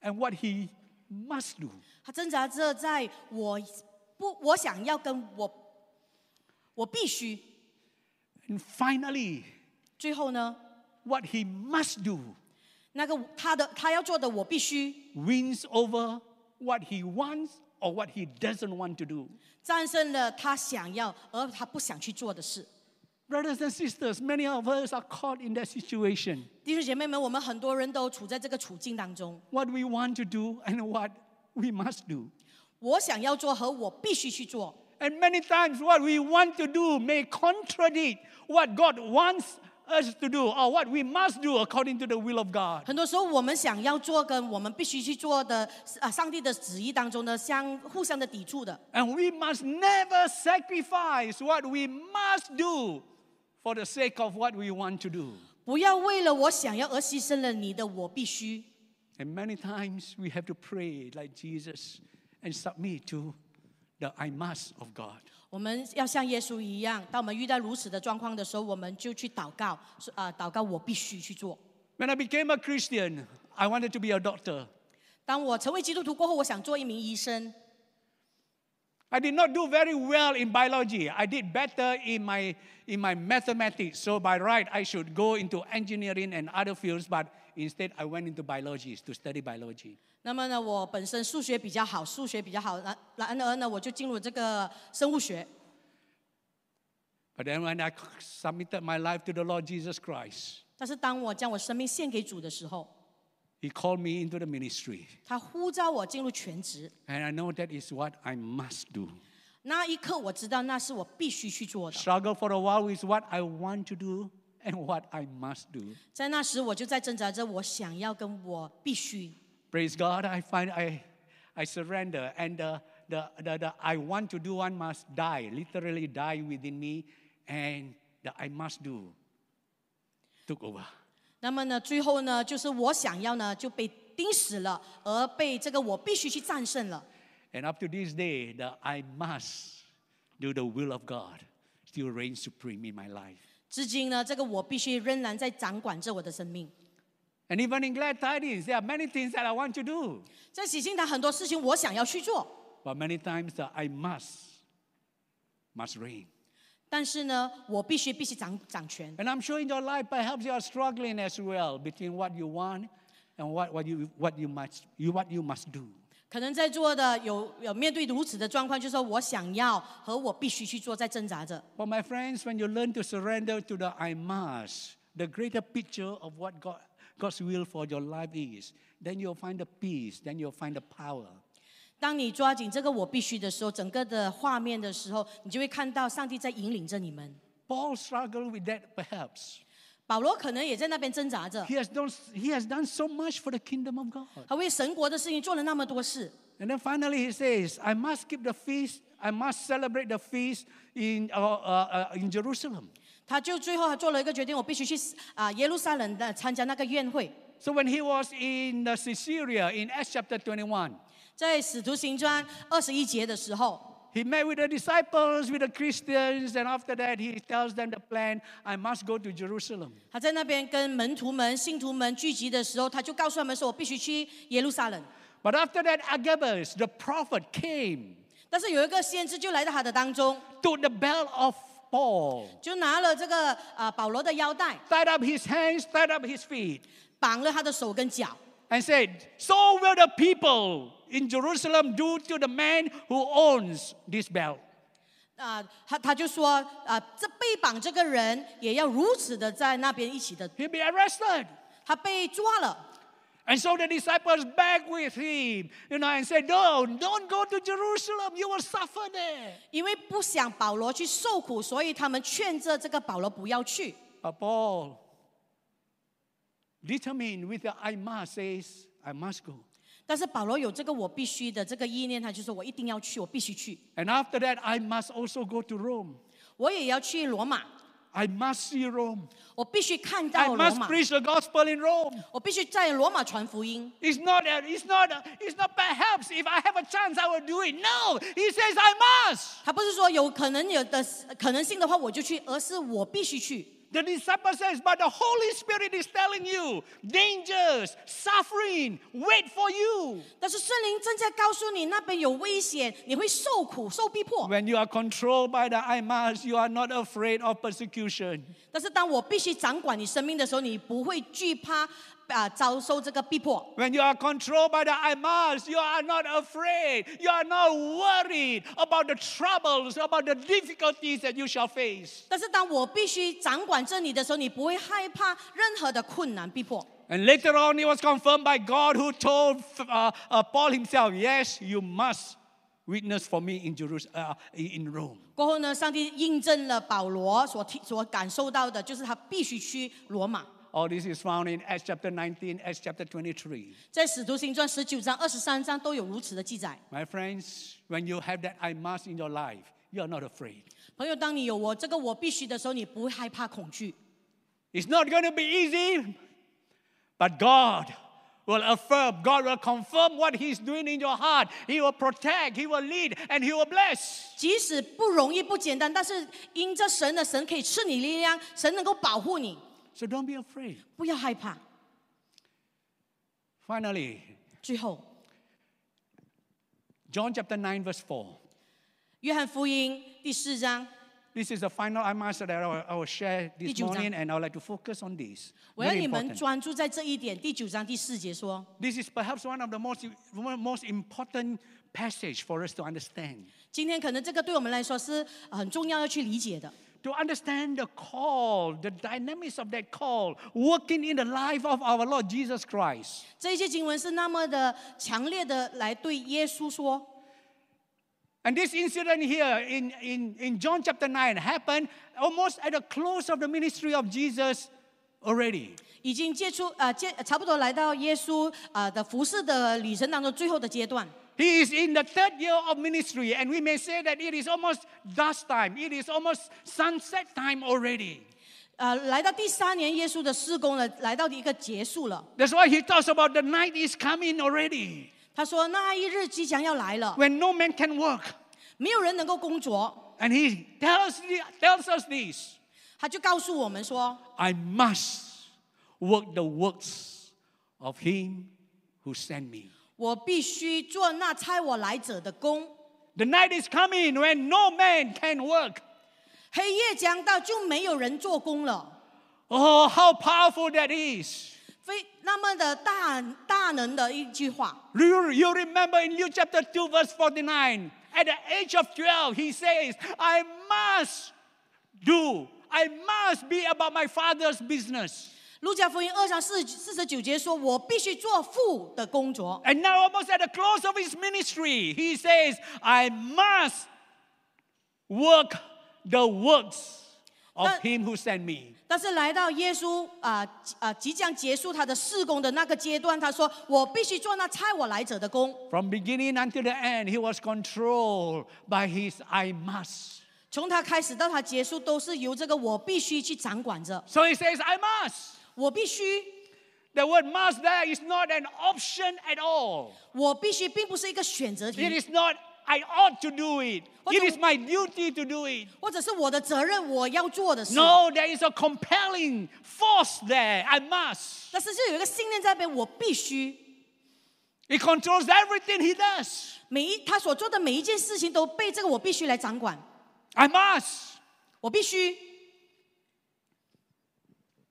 Speaker 1: and what he must do.
Speaker 2: 他挣扎着在我不我想要跟我我必须，
Speaker 1: And finally,
Speaker 2: 最后呢，
Speaker 1: what he must do
Speaker 2: 那个他的他要做的我必须
Speaker 1: wins over what he wants or what he doesn't want to do.
Speaker 2: 战胜了他想要而他不想去做的事。
Speaker 1: Brothers and sisters, many of us are caught in that situation.
Speaker 2: 弟兄姐妹们，我们很多人都处在这个处境当中。
Speaker 1: What we want to do and what we must do.
Speaker 2: 我想要做和我必须去做，
Speaker 1: And many times, what we want to do may contradict what God wants us to do or what we must do according to the will of God.
Speaker 2: 很多时候我们想要做跟我们必须去做的啊，上帝的旨意当中呢，相互相的抵触的。
Speaker 1: And we must never sacrifice what we must do for the sake of what we want to do.
Speaker 2: 不要为了我想要而牺牲了你的我必须。
Speaker 1: And many times, we have to pray like Jesus and submit to the I must of God.
Speaker 2: 我们要像耶稣一样，当我们遇到如此的状况的时候，我们就去祷告，说啊、祷告我必须去做。
Speaker 1: When I became a Christian, I wanted to be a doctor.
Speaker 2: 当我成为基督徒过后，我想做一名医生。
Speaker 1: I did not do very well in biology. I did better in my, in my mathematics. So, by right, I should go into engineering and other fields, but instead, I went into biology to study biology.
Speaker 2: 那么呢，我本身数学比较好，数学比较好，然然而呢，我就进入这个生物学。
Speaker 1: But then, when I submitted my life to the Lord Jesus Christ,
Speaker 2: 但是当我将我生命献给主的时候，
Speaker 1: He called me into the ministry.
Speaker 2: 他呼召我进入全职。
Speaker 1: And I know that is what I must do.
Speaker 2: 那一刻，我知道那是我必须去做的。
Speaker 1: Struggle for a while with what I want to do and what I must do.
Speaker 2: 在那时，我就在挣扎着，我想要跟我必须。
Speaker 1: Praise God, I find I, I surrender and uh, the, the, the I want to do one must die, literally die within me, and the I must do took over.
Speaker 2: 那么呢，最后呢，就是我想要呢就被钉死了，而被这个我必须去战胜了。
Speaker 1: And up to this day, the I must do the will of God still reigns supreme in my life.
Speaker 2: 至今呢，这个我必须仍然在掌管着我的生命。
Speaker 1: And even in glad tidings, there are many things that I want to do,
Speaker 2: 在喜信堂很多事情我想要去做，
Speaker 1: but many times the I must must reign.
Speaker 2: 但是呢，我必须必须掌掌权。
Speaker 1: And I'm sure in your life, perhaps you are struggling as well between what you want and what, what, you, what, you, must, you, what you must do.
Speaker 2: 可能在座的有有面对如此的状况，就是说我想要和我必须去做，在挣扎着。
Speaker 1: But my friends, when you learn to surrender to the I must, the greater picture of what God, God's will for your life is, then you'll find the peace, then you'll find the power.
Speaker 2: 当你抓紧这个我必须的时候，整个的画面的时候，你就会看到上帝在引领着你们。
Speaker 1: Paul struggled with that perhaps.
Speaker 2: 保罗可能也在那边挣扎着，
Speaker 1: He has, done, he has done so much for the kingdom of God.
Speaker 2: 他为神国的事情做了那么多事。
Speaker 1: And then finally he says, I must keep the feast, I must celebrate the feast in, uh, uh, uh, in Jerusalem.
Speaker 2: 他就最后还做了一个决定，我必须去啊耶路撒冷的参加那个宴会。
Speaker 1: So when he was in uh, Caesarea in Acts chapter 21,
Speaker 2: 在使徒行传二十一节的时候，
Speaker 1: he met with the disciples, with the Christians, and after that he tells them the plan, I must go to Jerusalem.
Speaker 2: 他在那边跟门徒们、信徒们聚集的时候，他就告诉他们说：“我必须去耶路撒冷。
Speaker 1: But after that, Agabus, the prophet, came, ”
Speaker 2: 但是有一个先知就来到他的当中，
Speaker 1: took the belt of Paul,
Speaker 2: 就拿了这个啊、保罗的腰带，
Speaker 1: tied up his hands, tied up his feet,
Speaker 2: 绑了他的手跟脚，
Speaker 1: and said, So will the people in Jerusalem do to the man who owns this belt.
Speaker 2: 啊、他他就说啊、这被绑这个人也要如此的在那边一起的，
Speaker 1: He'll be arrested.
Speaker 2: 他被抓了。
Speaker 1: And so the disciples begged with him, you know, and said, No, don't go to Jerusalem. You will suffer there.
Speaker 2: 因为不想保罗去受苦，所以他们劝着这个保罗不要去。
Speaker 1: But Paul, determined with the I must, says, I must go.
Speaker 2: 但是保罗有这个我必须的这个意念，他就说我一定要去，我必须去，
Speaker 1: And after that, I must also go to Rome.
Speaker 2: 我也要去罗马，
Speaker 1: I must see Rome.
Speaker 2: 我必须看
Speaker 1: I
Speaker 2: 到罗
Speaker 1: must
Speaker 2: 马，
Speaker 1: preach the gospel in Rome.
Speaker 2: 我必须在罗马传福音。
Speaker 1: It's not, a, it's not, a, it's not perhaps if I have a chance I will do it. No, he says I must.
Speaker 2: 他不是说有可能有的可能性的话我就去，而是我必须去。
Speaker 1: The disciple says, but the Holy Spirit is telling you dangers, suffering, wait for you.
Speaker 2: 但是圣灵正在告诉你那边有危险，你会受苦、受逼迫。
Speaker 1: When you are controlled by the I must, you are not afraid of persecution.
Speaker 2: 但是当我必须掌管你生命的时候，你不会惧怕啊、遭受这个逼迫。
Speaker 1: When you are controlled by the I must, you are not afraid. You are not worried about the troubles, about the difficulties that you shall face.
Speaker 2: 但是当我必须掌管着你的时候，你不会害怕任何的困难逼迫。
Speaker 1: And later on, it was confirmed by God who told uh, uh, Paul himself, Yes, you must witness for me in, Jerus- uh, in Rome.
Speaker 2: 过后呢，上帝印证了保罗所提所感受到的，就是他必须去罗马。
Speaker 1: All this is found in Acts chapter 19, Acts chapter 23.
Speaker 2: 在《使徒行传》十九章、二十三章都有如此的记载。
Speaker 1: My friends, when you have that I must in your life, you are not afraid.
Speaker 2: 朋友，当你有我这个我必须的时候，你不会害怕恐惧。
Speaker 1: It's not going to be easy, but God will affirm, God will confirm what He's doing in your heart. He will protect, He will lead, and He will bless.
Speaker 2: 即使不容易、不简单，但是因着神的神可以赐你力量，神能够保护你，
Speaker 1: So don't be afraid.
Speaker 2: 不要害怕。
Speaker 1: Finally,
Speaker 2: 最后，
Speaker 1: John chapter 9, verse 4.
Speaker 2: 约翰福音第四章
Speaker 1: This is the final I must that I will, I will share this
Speaker 2: 第九章。
Speaker 1: morning, and I would like to focus on this.
Speaker 2: 我要
Speaker 1: Very
Speaker 2: 你们
Speaker 1: important.
Speaker 2: 专注在这一点。第九章第四节说
Speaker 1: This is perhaps one of the most, one of the most important passage for us to understand.：“
Speaker 2: 今天可能这个对我们来说是很重要要去理解的，
Speaker 1: To understand the call, the dynamics of that call, working in the life of our Lord Jesus Christ.
Speaker 2: 这一些经文是那么的强烈的来对耶稣说。
Speaker 1: And this incident here in, in, in John chapter 9 happened almost at the close of the ministry of Jesus already.
Speaker 2: 已经接触啊、呃接差不多来到耶稣啊、呃的服饰的旅程当中最后的阶段，
Speaker 1: He He is in the third year of ministry, and we may say that it is almost dusk time, it is almost sunset time already.
Speaker 2: 呃，来到第三年，耶稣的施工了，来到一个结束了。
Speaker 1: That's why he talks about the night is coming already,
Speaker 2: 他说那一日即将要来了，
Speaker 1: when no man can work.
Speaker 2: 没有人能够工作。
Speaker 1: And he tells, the- tells us this
Speaker 2: 他就告诉我们说，
Speaker 1: I must work the works of him who sent me.
Speaker 2: 我必须做那差我来者的工。
Speaker 1: The night is coming when no man can work.
Speaker 2: 黑夜将到，就没有人做工了。
Speaker 1: Oh, how powerful that is.
Speaker 2: 非那么的大大能的一句话。
Speaker 1: Do You, you remember in Luke chapter 2, verse 49, at the age of 12, he says, I must do, I must be about my father's business.
Speaker 2: 路加福音二章四四十九节说：“我必须做父的工作。
Speaker 1: And now, almost at the close of his ministry, he says, I must work the works of
Speaker 2: But-
Speaker 1: him who sent me. ”
Speaker 2: 但是来到耶稣啊即啊即将结束他的事工的那个阶段，他说：“我必须做那差我来者的工。
Speaker 1: From beginning until the end, he was controlled by his I must. ”
Speaker 2: 从他开始到他结束，都是由这个我必须去掌管着。
Speaker 1: So he says, I must.
Speaker 2: 我必须，
Speaker 1: The word must there is not an option at all.
Speaker 2: 我必须，并不是一个选择
Speaker 1: It
Speaker 2: 题，
Speaker 1: is not, I ought to do it.
Speaker 2: What
Speaker 1: It
Speaker 2: do-
Speaker 1: is my duty to do it.
Speaker 2: 或者是我的责任，我要做的事。
Speaker 1: No, there is a compelling force there. I must.
Speaker 2: 但是就有一个信念在那边，我必须。
Speaker 1: It controls everything he does.
Speaker 2: 每一他所做的每一件事情都被这个我必须来掌管，
Speaker 1: I must.
Speaker 2: 我必须，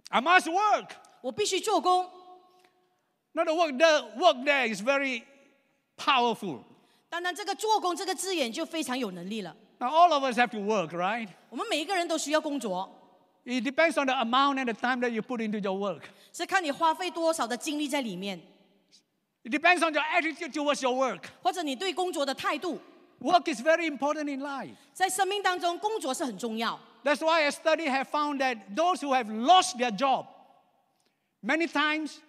Speaker 1: I must work.
Speaker 2: 我必须做工。
Speaker 1: Now the work the work there is very powerful.
Speaker 2: 单单这个“做工”这个字眼就非常有能力了。
Speaker 1: Now all of us have to work, right?
Speaker 2: 我们每一个人都需要工作，
Speaker 1: It depends on the amount and the time that you put into your work.
Speaker 2: 是看你花费多少的精力在里面，
Speaker 1: It depends on your attitude towards your work.
Speaker 2: 或者你对工作的态度。
Speaker 1: Work is very important in life.
Speaker 2: 在生命当中，工作是很重要。
Speaker 1: That's why a study have found that those who have lost their job, many times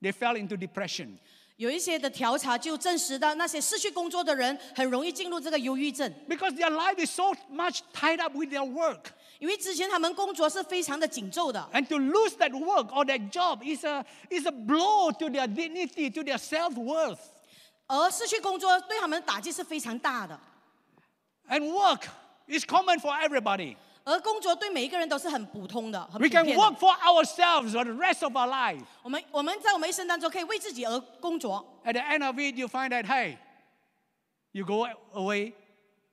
Speaker 1: they fell into depression.
Speaker 2: 有一些的调查就证实到，那些失去工作的人很容易进入这个忧郁症，
Speaker 1: Because their life is so much tied up with their work.
Speaker 2: 因为之前他们工作是非常的紧凑的，
Speaker 1: And to lose that work or that job is a, is a blow to their dignity, to their self worth.
Speaker 2: 而失去工作对他们的打击是非常大的。
Speaker 1: And work is common for everybody.
Speaker 2: 而工作对每一个人都是很普通的，很普
Speaker 1: We
Speaker 2: 遍
Speaker 1: can
Speaker 2: 的
Speaker 1: work for ourselves for the rest of our life.
Speaker 2: 我们我们在我们一生当中可以为自己而工作，
Speaker 1: At the end of it, you find that, hey, you go away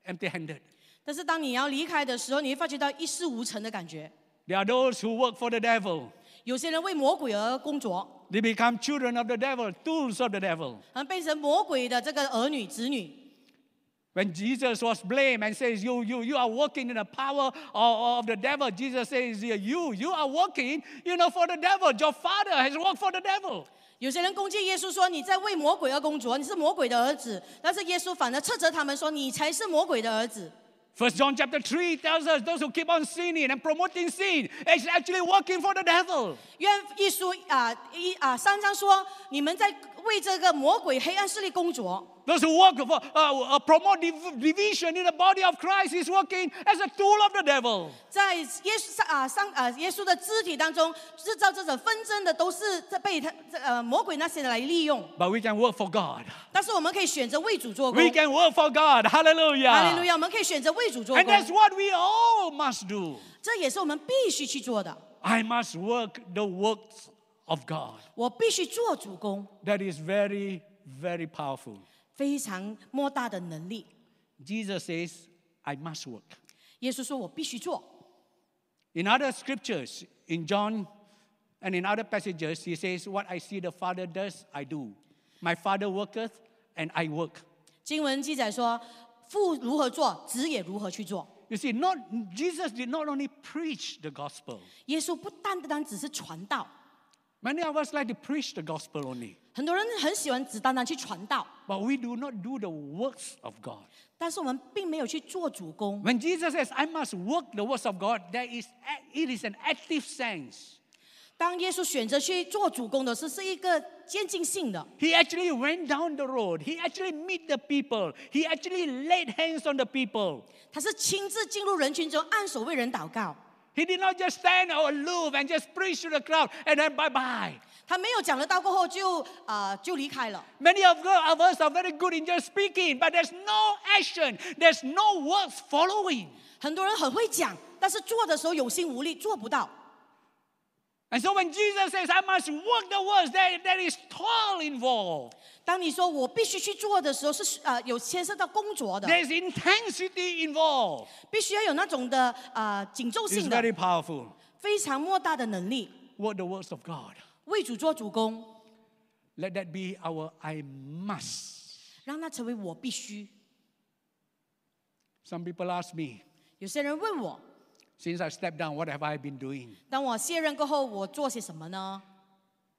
Speaker 1: empty handed.
Speaker 2: 但是当你要离开的时候，你会发觉到一事无成的感觉。
Speaker 1: There are those who work for the devil.
Speaker 2: 有些人为魔鬼而工作，
Speaker 1: They become children of the devil, tools of the devil.
Speaker 2: 而变成魔鬼的这个儿女子女。
Speaker 1: When Jesus was blamed and says, You, you, you are working in the power of, of the devil, Jesus says, "Yeah, You, you are working, you know, for the devil. Your father has worked for the devil.
Speaker 2: 有些人攻击耶稣说你在为魔鬼而工作，你是魔鬼的儿子。但是耶稣反而斥责他们说你才是魔鬼的儿子。
Speaker 1: First John chapter 3 tells us those who keep on sinning and promoting sin is actually working for the devil.
Speaker 2: 愿一书啊一啊三章说你们在为这个魔鬼黑暗势力工作，
Speaker 1: Those who work for uh, uh, promote div- division in the body of Christ is working as a tool of the devil.
Speaker 2: 在耶稣啊上啊耶稣的肢体当中制造这种纷争的都是在被他这呃魔鬼那些人来利用。
Speaker 1: But we can work for God.
Speaker 2: 但是我们可以选择为主做工
Speaker 1: We，can work for God. Hallelujah.
Speaker 2: 哈利路亚！我们可以选择为主做
Speaker 1: And
Speaker 2: 工
Speaker 1: that's，what we all must do.
Speaker 2: 这也是我们必须去做的。
Speaker 1: I must work the works of God.
Speaker 2: 我必须做主公，
Speaker 1: That is very, very powerful.
Speaker 2: 非常莫大的能力。
Speaker 1: Jesus says, I must work.
Speaker 2: 耶稣说：“我必须做。
Speaker 1: In other scriptures, in John and in other passages, he says, What I see the Father does, I do. My Father worketh, and I work. ”
Speaker 2: 经文记载说：“父如何做，子也如何去做。
Speaker 1: You see, not, Jesus did not only preach the gospel. ”
Speaker 2: 耶稣不单单只是传道，
Speaker 1: Many of us like to preach the gospel only,
Speaker 2: 很多人很喜欢只单单去传道，
Speaker 1: but we do not do the works of God.
Speaker 2: 但是我们并没有去做主公。
Speaker 1: When Jesus says, I must work the works of God, there is, it is an active sense.
Speaker 2: 当耶稣选择去做主公的事，是一个渐进性的。
Speaker 1: He actually went down the road. He actually met the people. He actually laid hands on the people.
Speaker 2: 他是亲自进入人群中，按手为人祷告。
Speaker 1: He did not just stand aloof and just preach to the crowd and then bye bye.
Speaker 2: 他没有讲了道过后就啊、呃就离开了。
Speaker 1: Many of the- of us are very good in just speaking, but there's no action, there's no words following.
Speaker 2: 很多人很会讲，但是做的时候有心无力，做不到。
Speaker 1: And so when Jesus says, I must work the words, there, there is toil involved.
Speaker 2: 当你说我必须去做的时候，是呃有牵涉到工作的，
Speaker 1: There's intensity involved.
Speaker 2: 必须要有那种的呃紧凑
Speaker 1: It's
Speaker 2: 性的
Speaker 1: very powerful.
Speaker 2: 非常莫大的能力，
Speaker 1: Work the words of God.
Speaker 2: 为主做主公，
Speaker 1: Let that be our I must.
Speaker 2: 让那成为我必须。
Speaker 1: Some people ask me,
Speaker 2: 有些人问我，
Speaker 1: since I stepped down, what have I been doing?
Speaker 2: 当我卸任过后，我做些什么呢？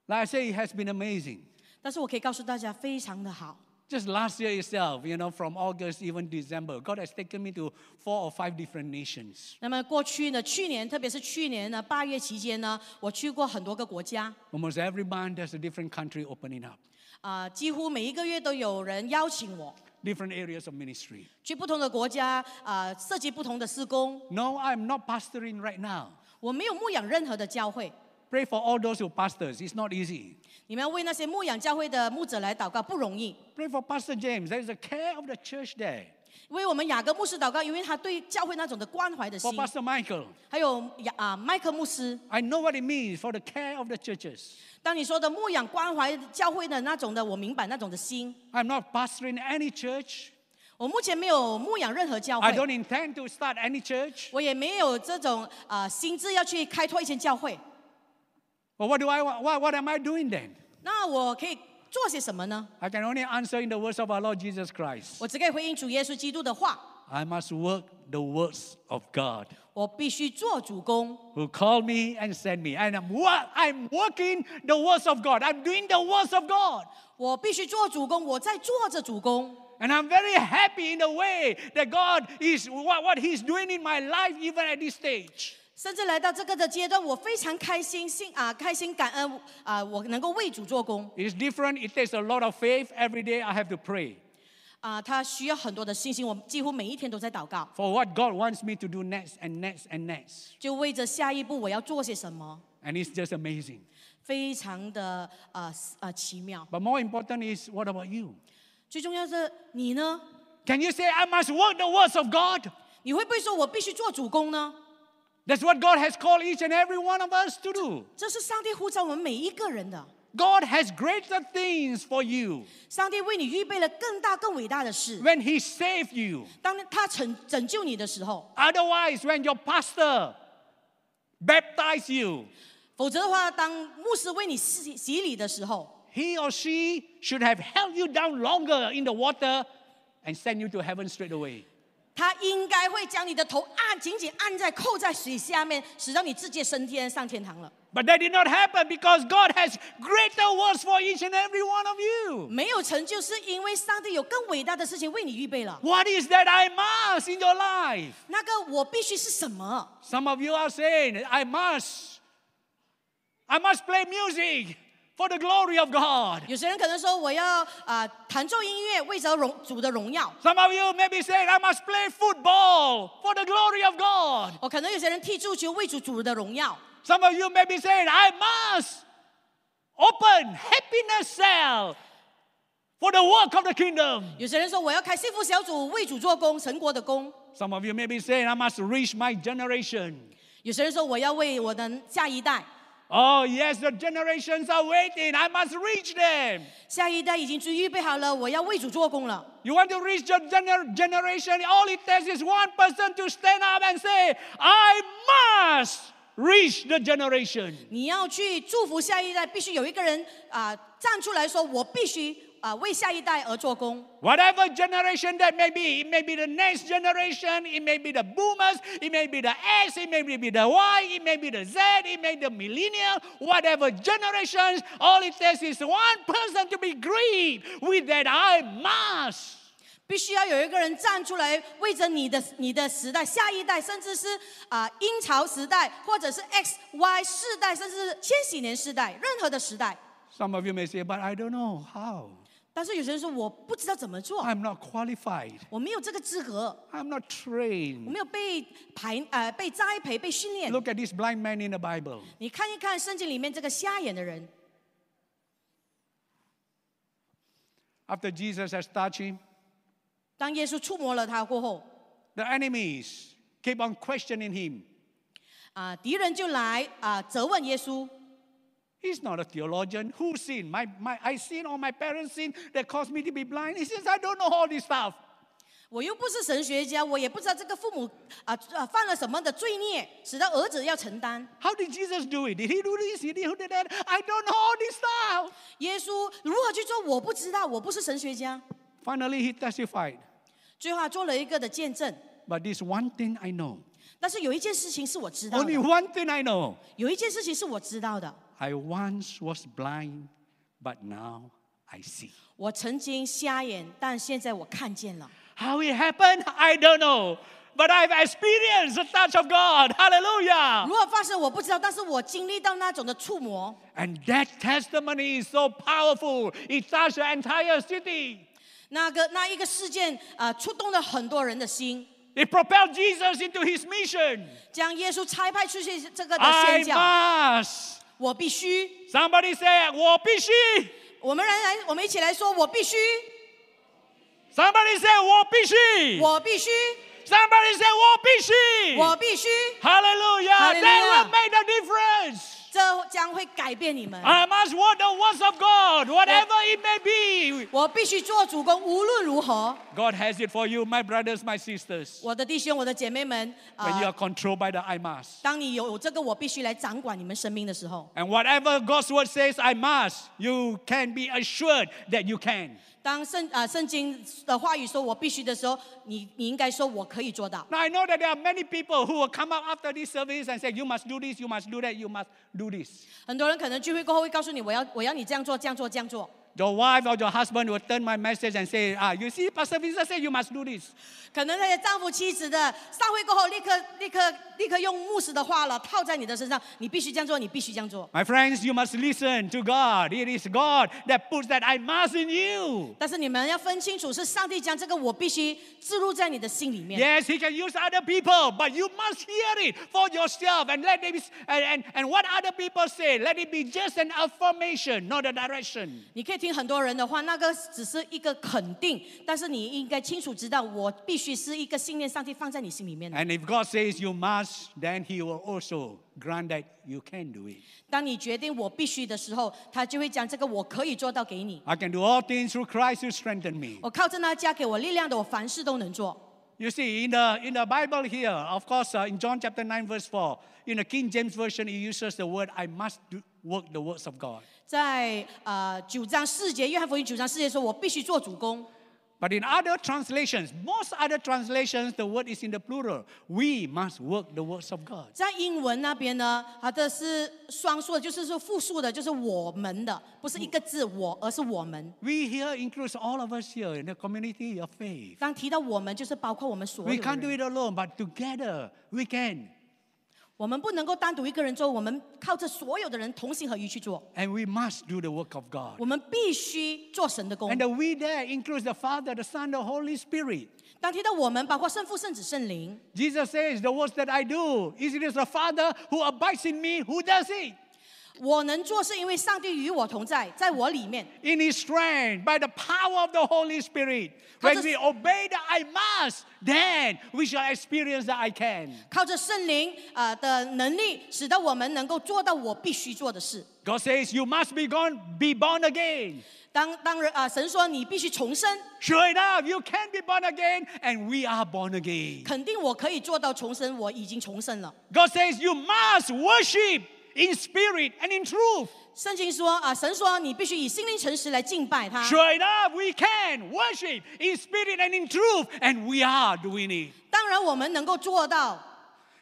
Speaker 1: Like I say, it has been amazing.
Speaker 2: 但是我可以告诉大家，非常的好。
Speaker 1: Just last year itself, you know, from August even December, God has taken me to four or five different nations.
Speaker 2: 那么过去呢，去年特别是去年呢八月期间呢，我去过很多个国家，
Speaker 1: Almost every month, there's a different country opening up,
Speaker 2: 啊、几乎每一个月都有人邀请我
Speaker 1: different areas of ministry.
Speaker 2: 去不同的国家，啊、涉及不同的施工。
Speaker 1: No, I'm not pastoring right now.
Speaker 2: 我没有牧养任何的教会，
Speaker 1: Pray for all those who pastors. It's not easy.
Speaker 2: 你们要为那些牧养教会的牧者来祷告，不容易。
Speaker 1: Pray for Pastor James. There is a care of the church there.
Speaker 2: 为我们雅各牧师祷告，因为他对教会那种的关怀的
Speaker 1: For
Speaker 2: 心。
Speaker 1: Pastor Michael.
Speaker 2: 还有雅啊、麦克牧师，
Speaker 1: I know what it means for the care of the churches.
Speaker 2: 当你说的牧养关怀教会的那种的，我明白那种的心。
Speaker 1: I'm not pastoring any church.
Speaker 2: 我目前没有牧养任何教
Speaker 1: I
Speaker 2: 会，
Speaker 1: don't intend to start any church.
Speaker 2: 我也没有这种啊、心智要去开拓一间教会。
Speaker 1: But what do I what, what am I doing then?
Speaker 2: 那我可以做些什么呢？
Speaker 1: I can only answer in the words of our Lord Jesus Christ.
Speaker 2: 我只可以回应主耶稣基督的话：
Speaker 1: I must work the words of God
Speaker 2: 我必须做主公。
Speaker 1: who called me and sent me. And I'm, wo- I'm working the words of God. I'm doing the words of God.
Speaker 2: 我必须做主公，我在做着主公。
Speaker 1: And I'm very happy in the way that God is, what, what He's doing in my life, even at this stage.
Speaker 2: 甚至来到这个的阶段，我非常开心，心啊开心感恩啊、我能够为主做工
Speaker 1: It's different. It takes a lot of faith. Every day I have to pray
Speaker 2: 啊、他需要很多的信心，我几乎每一天都在祷告，
Speaker 1: for what God wants me to do next and next and next.
Speaker 2: 就为着下一步我要做些什么，
Speaker 1: And it's just amazing.
Speaker 2: 非常的啊啊奇妙。
Speaker 1: But more important is, what about you?
Speaker 2: 最重要是你呢，
Speaker 1: Can you say, I must work the words of God?
Speaker 2: 你会不会说我必须做主公呢？
Speaker 1: That's what God has called each and every one of us to do.
Speaker 2: 这是上帝呼召我们每一个人的，
Speaker 1: God has greater things for you
Speaker 2: 上帝为你预备了更大更伟大的事。
Speaker 1: when He saved you.
Speaker 2: 当他拯拯救你的时候，
Speaker 1: Otherwise, when your pastor baptized you,
Speaker 2: 否则的话，当牧师为你洗洗礼的时候，
Speaker 1: he or she should have held you down longer in the water and sent you to heaven straight away.
Speaker 2: 他应该会将你的头按紧紧按在扣在水下面，使到你直接升天上天堂了。
Speaker 1: But that did not happen because God has greater words for each and every one of you.
Speaker 2: 没有成就，是因为上帝有更伟大的事情为你预备了。
Speaker 1: What is that I must in your life?
Speaker 2: 那个我必须是什么？
Speaker 1: Some of you are saying, I must. I must play music for the glory of God.
Speaker 2: 有些人可能说我要啊、弹奏音乐，为着荣主的荣耀。
Speaker 1: Some of you may be saying, I must play football for the glory of God.
Speaker 2: 哦，可能有些人踢足球为主主的荣耀。
Speaker 1: Some of you may be saying, I must open happiness cell for the work of the kingdom.
Speaker 2: 有些人说我要开幸福小组为主做工，神国的工。
Speaker 1: Some of you may be saying, I must reach my generation.
Speaker 2: 有些人说我要为我的下一代，
Speaker 1: Oh, yes, the generations are waiting. I must reach them.
Speaker 2: 下一代已经预备好了，我要为主做工了。
Speaker 1: You want to reach your gener- generation? All it takes is one person to stand up and say, I must reach the generation.
Speaker 2: 你要去祝福下一代，必须有一个人啊、站出来说：“我必须啊、为下一代而做工。
Speaker 1: Whatever generation that may be, it may be the next generation, it may be the boomers, it may be the X, it may be the Y, it may be the Z, it may be the millennial, whatever generations, all it takes is one person to be grieved with that I must. ”
Speaker 2: 必须要有一个人站出来，为着你的、你的时代、下一代，甚至是啊、英朝时代，或者是 X、Y 世代，甚至是千禧年世代，任何的时代。
Speaker 1: Some of you may say, but I don't know how.
Speaker 2: 但是有些人说我不知道怎么做，
Speaker 1: I'm not qualified.
Speaker 2: 我没有这个资格，
Speaker 1: I'm not
Speaker 2: 我
Speaker 1: trained.
Speaker 2: 没有被排呃被栽培、被训练。
Speaker 1: Look at this blind man in the Bible.
Speaker 2: 你看一看圣经里面这个瞎眼的人，
Speaker 1: After Jesus has touched him,
Speaker 2: 当耶稣触摸了他过后，
Speaker 1: the enemies keep on questioning him.
Speaker 2: 啊、敌人就来啊、责问耶稣，
Speaker 1: He's not a theologian. Who sinned? My, my, I sinned or my parents sinned that caused me to be blind? He says, I don't know all this stuff.
Speaker 2: 我又不是神学家，我也不知道这个父母啊啊犯了什么的罪孽，使得儿子要承担。
Speaker 1: How did Jesus do it? Did he do this? Did he do that? I don't know all this stuff.
Speaker 2: 耶稣如何去做，我不知道，我不是神学家。
Speaker 1: Finally, he testified.
Speaker 2: 最后他做了一个的见证，
Speaker 1: But this one thing I know.
Speaker 2: 但是有一件事情是我知道
Speaker 1: Only
Speaker 2: 的，
Speaker 1: one thing I know.
Speaker 2: 有一件事情是我知道的。
Speaker 1: I once was blind, but now I see.
Speaker 2: 我曾经瞎眼，但现在我看见了。
Speaker 1: How it happened, I don't know. But I've experienced the touch of God. Hallelujah.
Speaker 2: 如何发生我不知道，但是我经历到那种的触摸，
Speaker 1: And that testimony is so powerful. It touched the entire city.
Speaker 2: 那个那一个事件啊、触动了很多人的心，
Speaker 1: It propelled Jesus into his mission.
Speaker 2: 将耶稣差派出去这个的宣
Speaker 1: 哎
Speaker 2: 教。
Speaker 1: I must.
Speaker 2: 我必须，
Speaker 1: Somebody say, 我必须.
Speaker 2: 我们来来，我们一起来说，我必须，
Speaker 1: Somebody say, 我必须.
Speaker 2: 我必须，
Speaker 1: Somebody say, 我必须.
Speaker 2: 我必须，
Speaker 1: Hallelujah. That
Speaker 2: Hallelujah.
Speaker 1: will make the difference.
Speaker 2: 这将会改变你们。
Speaker 1: I must work the words of God, whatever it may be.
Speaker 2: 我必须做主公，无论如何，
Speaker 1: God has it for you, my brothers, my sisters.
Speaker 2: 我的弟兄，我的姐妹们
Speaker 1: When you
Speaker 2: 啊、
Speaker 1: are controlled by the I must.
Speaker 2: 当你有这个我必须来掌管你们生命的时候，
Speaker 1: And whatever God's word says, I must, you can be assured that you can.
Speaker 2: 当圣啊、圣经的话语说我必须的时候，你你应该说我可以做到。
Speaker 1: Now, I know that there are many people who will come up after this service and say, You must do this, you must do that, you must do this.
Speaker 2: 很多人可能聚会过后会告诉你，我要我要你这样做，这样做，这样做。
Speaker 1: Your wife or your husband will turn my message and say, Ah, you see, Pastor Vincent said you must do this.
Speaker 2: 可能那些丈夫妻子的散会过后，立刻立刻立刻用牧师的话了套在你的身上，你必须这样做，你必须这样做。
Speaker 1: My friends, you must listen to God. It is God that puts that I must in you.
Speaker 2: 但是你们要分清楚，是上帝将这个我必须植入在你的心里面。
Speaker 1: Yes, he can use other people, but you must hear it for yourself and let it be, and, and, and what other people say, let it be just an affirmation, not a direction.
Speaker 2: 你可以听很多人的话，那个只是一个肯定，但是你应该清楚知道，我必须是一个信念，上帝放在你心里面的。
Speaker 1: And if God says you must, then he will also grant that you can do it.
Speaker 2: 当你决定我必须的时候，他就会将这个我可以做到给你。
Speaker 1: I can do all things through Christ who strengthened me.
Speaker 2: 我靠着那加给我力量的，我凡事都能做。
Speaker 1: You see, in the, in the Bible here, of course, uh, in John chapter 9, verse 4, in the King James Version, it uses the word, I must do, work the works of God.
Speaker 2: 在呃九章四节，约翰福音九章四节说：“我必须做主公。
Speaker 1: But in other translations, most other translations, the word is in the plural. We must work the works of God. ”
Speaker 2: 在英文那边呢，它的是双数的，就是说复数的，就是我们的，不是一个字我，而是我们。
Speaker 1: We here includes all of us here in the community of faith.
Speaker 2: 当提到我们，就是包括我们所
Speaker 1: We
Speaker 2: 有的
Speaker 1: can't do
Speaker 2: 人。
Speaker 1: it alone, but together we can.
Speaker 2: 我们不能够单独一个人做，我们靠着所有的人同心合一去做。
Speaker 1: And we must do the work of
Speaker 2: 我
Speaker 1: God.
Speaker 2: 们必须做神的工
Speaker 1: And。the we there includes the Father, the Son, the Holy Spirit.
Speaker 2: 当提到我们，包括圣父、圣子、圣灵。
Speaker 1: Jesus says, The works that I do, is it is the Father who abides in me who does it.
Speaker 2: 我能做，是因为上帝与我同在，在我里面。
Speaker 1: In his strength, by the power of the Holy Spirit. When
Speaker 2: Because-
Speaker 1: we obey the I must, then we shall experience the I can.
Speaker 2: 靠着圣灵啊、呃的能力，使得我们能够做到我必须做的事。
Speaker 1: God says, You must be gone, be born again.
Speaker 2: 当当然啊、神说你必须重生，
Speaker 1: Sure enough, you can be born again, and we are born again.
Speaker 2: 肯定我可以做到重生，我已经重生了。
Speaker 1: God says you must worship in spirit and in truth.
Speaker 2: 圣经说啊、神说你必须以心灵诚实来敬拜他。
Speaker 1: Sure enough, we can worship in spirit and in truth, and we are doing it.
Speaker 2: 当然我们能够做到，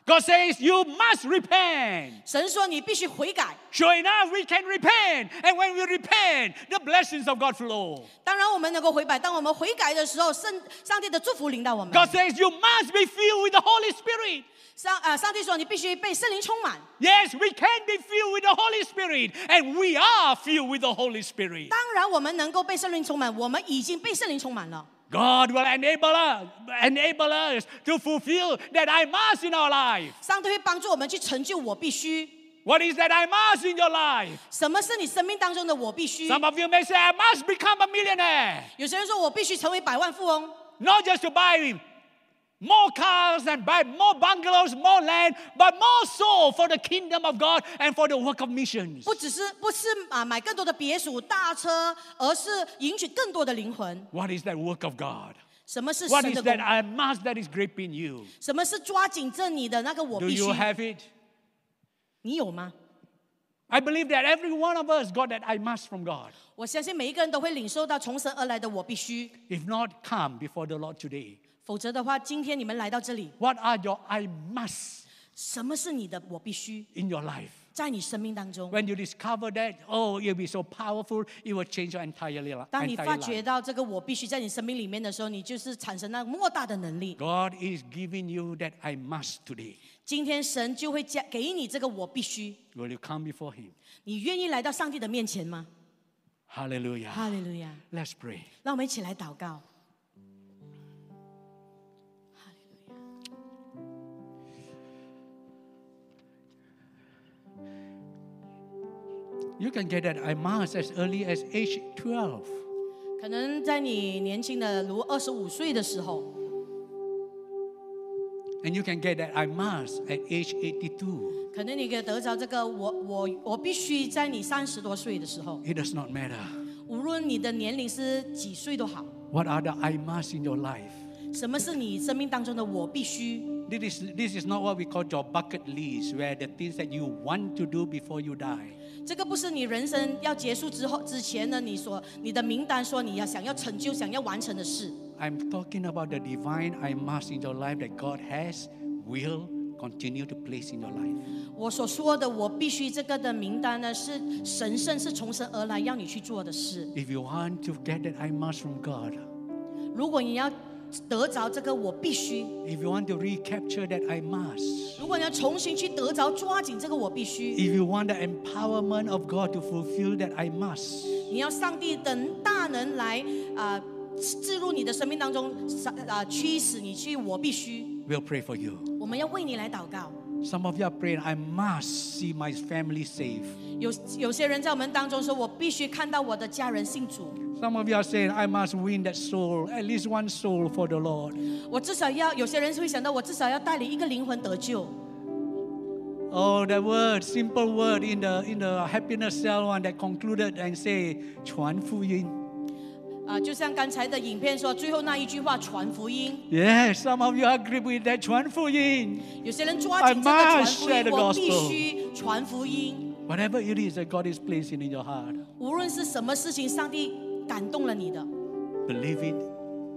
Speaker 1: God says you must repent.
Speaker 2: 神说你必须悔改。
Speaker 1: Sure enough, we can repent. And when we repent, the blessings of God flow.
Speaker 2: 当然，我们能够悔改。当我们悔改的时候，圣上帝的祝福领导我们。
Speaker 1: God says you must be filled with the Holy Spirit.
Speaker 2: 上啊、上帝说你必须被圣灵充满。
Speaker 1: Yes, we can be filled with the Holy Spirit, and we are filled with the Holy Spirit.
Speaker 2: 当然，我们能够被圣灵充满，我们已经被圣灵充满了。
Speaker 1: God will enable us, enable us to fulfill that I must in our life.
Speaker 2: 上帝会帮助我们去成就我必须。
Speaker 1: What is that I must in your life?
Speaker 2: 什么是你生命当中的我必须？
Speaker 1: Some of you may say, I must become a millionaire,
Speaker 2: 有些人说我必须成为百万富翁，
Speaker 1: not just to buy more cars and buy more bungalows, more land, but more soul for the kingdom of God and for the work of missions.
Speaker 2: 不只是不是啊买更多的别墅、大车，而是赢取更多的灵魂。
Speaker 1: What is that work of God?
Speaker 2: 什么是
Speaker 1: What
Speaker 2: 神
Speaker 1: is
Speaker 2: 的工
Speaker 1: that？I must that is gripping you?
Speaker 2: 什么是抓紧着你的那个我
Speaker 1: Do
Speaker 2: 必须
Speaker 1: you？have it?
Speaker 2: 你有吗？
Speaker 1: I believe that every one of us got that I must from God.
Speaker 2: 我相信每一个人都会领受到从神而来的我必须，
Speaker 1: If not, come before the Lord today.
Speaker 2: 否则的话，今天你们来到这里，
Speaker 1: What are your I must
Speaker 2: 什么是你的我必须？
Speaker 1: in your life?
Speaker 2: 在你生命当中，
Speaker 1: When you discover that, oh, it'll be so powerful, it will change your entire li-
Speaker 2: 当你发
Speaker 1: entire life.
Speaker 2: 觉到这个我必须在你生命里面的时候，你就是产生那莫大的能力。
Speaker 1: God is giving you that I must today.
Speaker 2: 今天神就会加给你这个我必须。
Speaker 1: Will you come before Him?
Speaker 2: 你愿意来到上帝的面前吗？
Speaker 1: Hallelujah.
Speaker 2: 哈利路亚！
Speaker 1: Let's pray.
Speaker 2: 让我们一起来祷告。
Speaker 1: You can get that I must as early as age 12.
Speaker 2: 可能在你年轻的，如二十五岁的时候，
Speaker 1: And you can get that I must at age 82.
Speaker 2: 可能你可以得着这个我我我必须在你三十多岁的时候，
Speaker 1: It does not matter.
Speaker 2: 无论你的年龄是几岁都好，
Speaker 1: What are the I must in your life?
Speaker 2: 什么是你生命当中的我必须？
Speaker 1: This is, this is not what we call your bucket list, where the things that you want to do before you die.
Speaker 2: 这个不是你人生要结束之后之前呢，你所你的名单说你要想要成就、想要完成的事。
Speaker 1: I'm talking about the divine I must in your life that God has, will continue to place in your life.
Speaker 2: 我所说的我必须这个的名单呢，是神圣，是从神而来要你去做的事。
Speaker 1: If you want to get that I must from God,
Speaker 2: 如果你要得着这个我必须，
Speaker 1: if you want to recapture that I must,
Speaker 2: 如果你要重新去得着，抓紧这个我必须。
Speaker 1: if you want the empowerment of God to fulfill that I must,
Speaker 2: 你要上帝的大能来啊、置入你的生命当中，上啊、驱使你去我必须。
Speaker 1: we'll pray for you.
Speaker 2: 我们要为你来祷告。
Speaker 1: Some of you are praying, I must see my family safe.
Speaker 2: 有有些人在我们当中说，我必须看到我的家人信主，
Speaker 1: Some of you are saying, I must win that soul, at least one soul for the Lord.
Speaker 2: 我至少要。有些人会想到，我至少要带领一个灵魂得救。
Speaker 1: Oh, that word, simple word in the in the happiness cell one that concluded and say 传福音.
Speaker 2: 啊、就像刚才的影片说，最后那一句话传福音，
Speaker 1: Yes, some of you agree with that 传福音.
Speaker 2: 有些人抓紧这个传福
Speaker 1: I must share
Speaker 2: 音，
Speaker 1: the
Speaker 2: 我
Speaker 1: gospel.
Speaker 2: 必须传福音。
Speaker 1: Whatever it is that God is placing in your heart,
Speaker 2: 无论是什么事情，上帝感动了你的，
Speaker 1: believe it,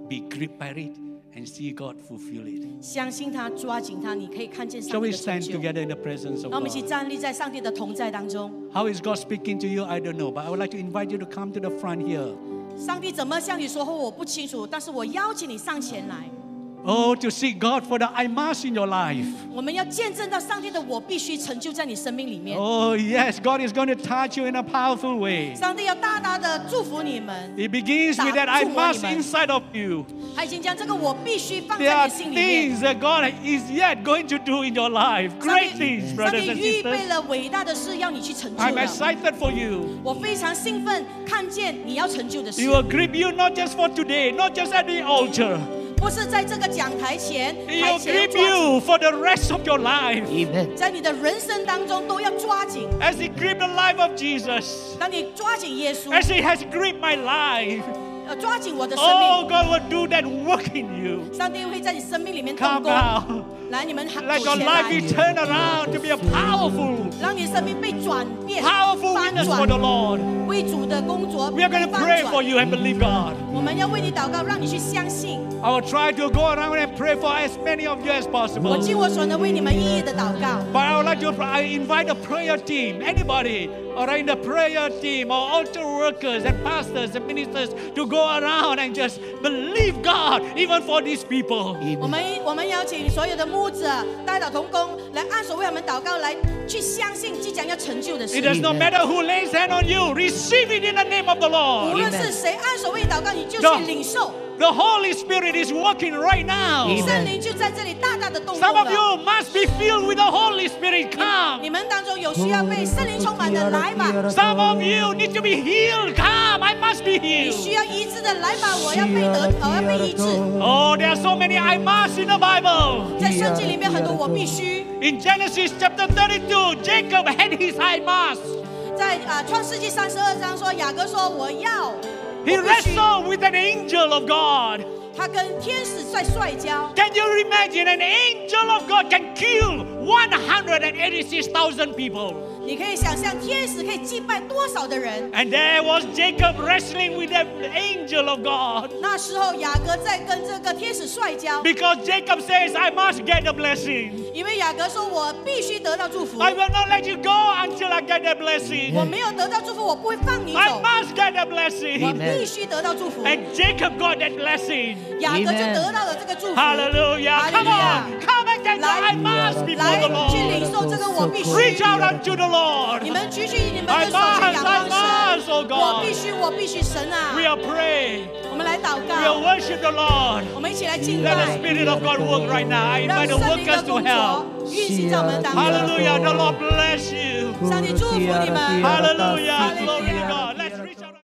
Speaker 1: be gripped by it, and see God fulfill it.
Speaker 2: 相信他，抓紧他，你可以看见
Speaker 1: Shall
Speaker 2: 上帝
Speaker 1: we
Speaker 2: 的成
Speaker 1: stand
Speaker 2: 就。
Speaker 1: together in the presence of
Speaker 2: 让我们一起
Speaker 1: God?
Speaker 2: 站立在上帝的同在当中。
Speaker 1: How is God speaking to you? I don't know, but I would like to invite you to come to the front here.
Speaker 2: 上帝怎么向你说话，我不清楚，但是我邀请你上前来。
Speaker 1: Oh, to seek God for the I must in your life.
Speaker 2: 我们要见证到上帝的我必须成就在你生命里面。
Speaker 1: Oh, yes, God is going to touch you in a powerful way.
Speaker 2: 上帝要大大的祝福你们，
Speaker 1: It begins with that I
Speaker 2: 打住我，
Speaker 1: must
Speaker 2: 你们。
Speaker 1: inside of you.
Speaker 2: 他已经将这个我必须放
Speaker 1: There
Speaker 2: 在
Speaker 1: are
Speaker 2: 你心里面。
Speaker 1: things that God is yet going to do in your life.
Speaker 2: 上
Speaker 1: Great
Speaker 2: 帝，
Speaker 1: things,
Speaker 2: 上
Speaker 1: brothers
Speaker 2: 帝
Speaker 1: and
Speaker 2: 预备
Speaker 1: sisters.
Speaker 2: 了伟大的事要你去成就
Speaker 1: I'm
Speaker 2: 的。
Speaker 1: excited for you.
Speaker 2: 我非常兴奋，看见你要成就的事
Speaker 1: He，will grip you not just for today, not just at the altar.
Speaker 2: 不是在这个讲台前，
Speaker 1: He
Speaker 2: 台
Speaker 1: will
Speaker 2: 前
Speaker 1: grip
Speaker 2: 抓紧，
Speaker 1: you for the rest of your life.
Speaker 2: 在你的人生当中都要抓紧。
Speaker 1: As He gripped the life of Jesus,
Speaker 2: 当你抓紧耶稣，
Speaker 1: as He has gripped my life,
Speaker 2: 呃，抓紧我的生命。
Speaker 1: oh, God will do that work in you.
Speaker 2: 上帝会在你生命里面动
Speaker 1: Come
Speaker 2: 工。
Speaker 1: now.
Speaker 2: 来，你们喊
Speaker 1: Let
Speaker 2: 手
Speaker 1: your life
Speaker 2: 牵来
Speaker 1: be turned around to be a powerful,
Speaker 2: 让你的生命被转变、
Speaker 1: powerful
Speaker 2: 翻
Speaker 1: witness for the
Speaker 2: 转，
Speaker 1: Lord.
Speaker 2: 为主的工作
Speaker 1: We are going to
Speaker 2: 翻
Speaker 1: pray
Speaker 2: 转
Speaker 1: for you and believe God.
Speaker 2: 我们要为你祷告，让你去相信。
Speaker 1: I will try to go around and pray for as many of you as
Speaker 2: 我
Speaker 1: possible.
Speaker 2: 尽我所能为你们一一的祷告。
Speaker 1: But I would like to I invite the prayer team, anybody, or in the prayer team, or altar workers and pastors and ministers to go around and just believe God, even for these people.
Speaker 2: 我们我们邀请所有的牧者、代祷童工来按手为我们祷告，来去相信即将要成就的事
Speaker 1: It。does not
Speaker 3: Amen.
Speaker 1: matter who lays hand on you, receive it in the name of the
Speaker 2: 无
Speaker 1: Lord.
Speaker 2: 论是谁按手为你祷告，你就
Speaker 1: 走
Speaker 2: 去领受，
Speaker 1: The Holy Spirit is working right now.
Speaker 3: Amen.
Speaker 2: 圣灵就在这里大大的动工
Speaker 1: Some of
Speaker 2: 了。
Speaker 1: you must be filled with the Holy Spirit.
Speaker 2: 你
Speaker 1: Come.
Speaker 2: 们当中有需要被圣灵充满的来吧，
Speaker 1: Some of you need to be healed. Come. I must be
Speaker 2: 你需
Speaker 1: healed.
Speaker 2: 要医治的来吧，我要被得，我要被医治。
Speaker 1: Oh, there are so many I must in the Bible.
Speaker 2: 在圣经里面很多我必须，
Speaker 1: In Genesis chapter 32, Jacob had his high mass.
Speaker 2: 在啊创世纪三十二章说雅各说我要，
Speaker 1: He
Speaker 2: 我必须
Speaker 1: wrestled with an angel of God.
Speaker 2: 他跟天使在摔跤。
Speaker 1: Can you imagine an angel of God can kill 186,000 people?
Speaker 2: 你可以想象天使可以击败多少的人？
Speaker 1: And there was Jacob wrestling with the angel of God.
Speaker 2: 那时候雅各在跟这个天使摔跤，
Speaker 1: Because Jacob says, I must get the blessing.
Speaker 2: 因为雅各说：“我必须得到祝福，
Speaker 1: I will not let you go until I get the blessing.
Speaker 2: 我没有得到祝福，我不会放你
Speaker 1: I
Speaker 2: 走，
Speaker 1: must get the
Speaker 2: 我
Speaker 1: blessing.
Speaker 2: 必须得到祝福。
Speaker 1: And Jacob got that blessing. ”
Speaker 2: 雅各就
Speaker 3: Amen
Speaker 2: 得到了这个祝福。
Speaker 1: Hallelujah. Come on.
Speaker 2: Hallelujah.
Speaker 1: Come and then I must before
Speaker 2: 来
Speaker 1: the
Speaker 2: 去
Speaker 1: Lord.
Speaker 2: 领受这个，我必
Speaker 1: Reach
Speaker 2: 须。
Speaker 1: out unto the Lord.
Speaker 2: 你们举起你们
Speaker 1: I
Speaker 2: 的手去
Speaker 1: must,
Speaker 2: 仰
Speaker 1: I must,
Speaker 2: 望
Speaker 1: oh
Speaker 2: 神，
Speaker 1: God
Speaker 2: 我必须，我必须，神啊
Speaker 1: We！are praying.
Speaker 2: 我们来祷
Speaker 1: We are
Speaker 2: 告，
Speaker 1: worship the Lord.
Speaker 2: 我们一起来敬
Speaker 1: Let
Speaker 2: 拜
Speaker 1: the，Spirit of God work right now. I
Speaker 2: 让
Speaker 1: invite the
Speaker 2: 圣灵的
Speaker 1: workers to
Speaker 2: 工
Speaker 1: help.
Speaker 2: 作运行在我们当中。
Speaker 1: Hallelujah. The Lord bless you.
Speaker 3: Hallelujah.
Speaker 1: Hallelujah. Glory to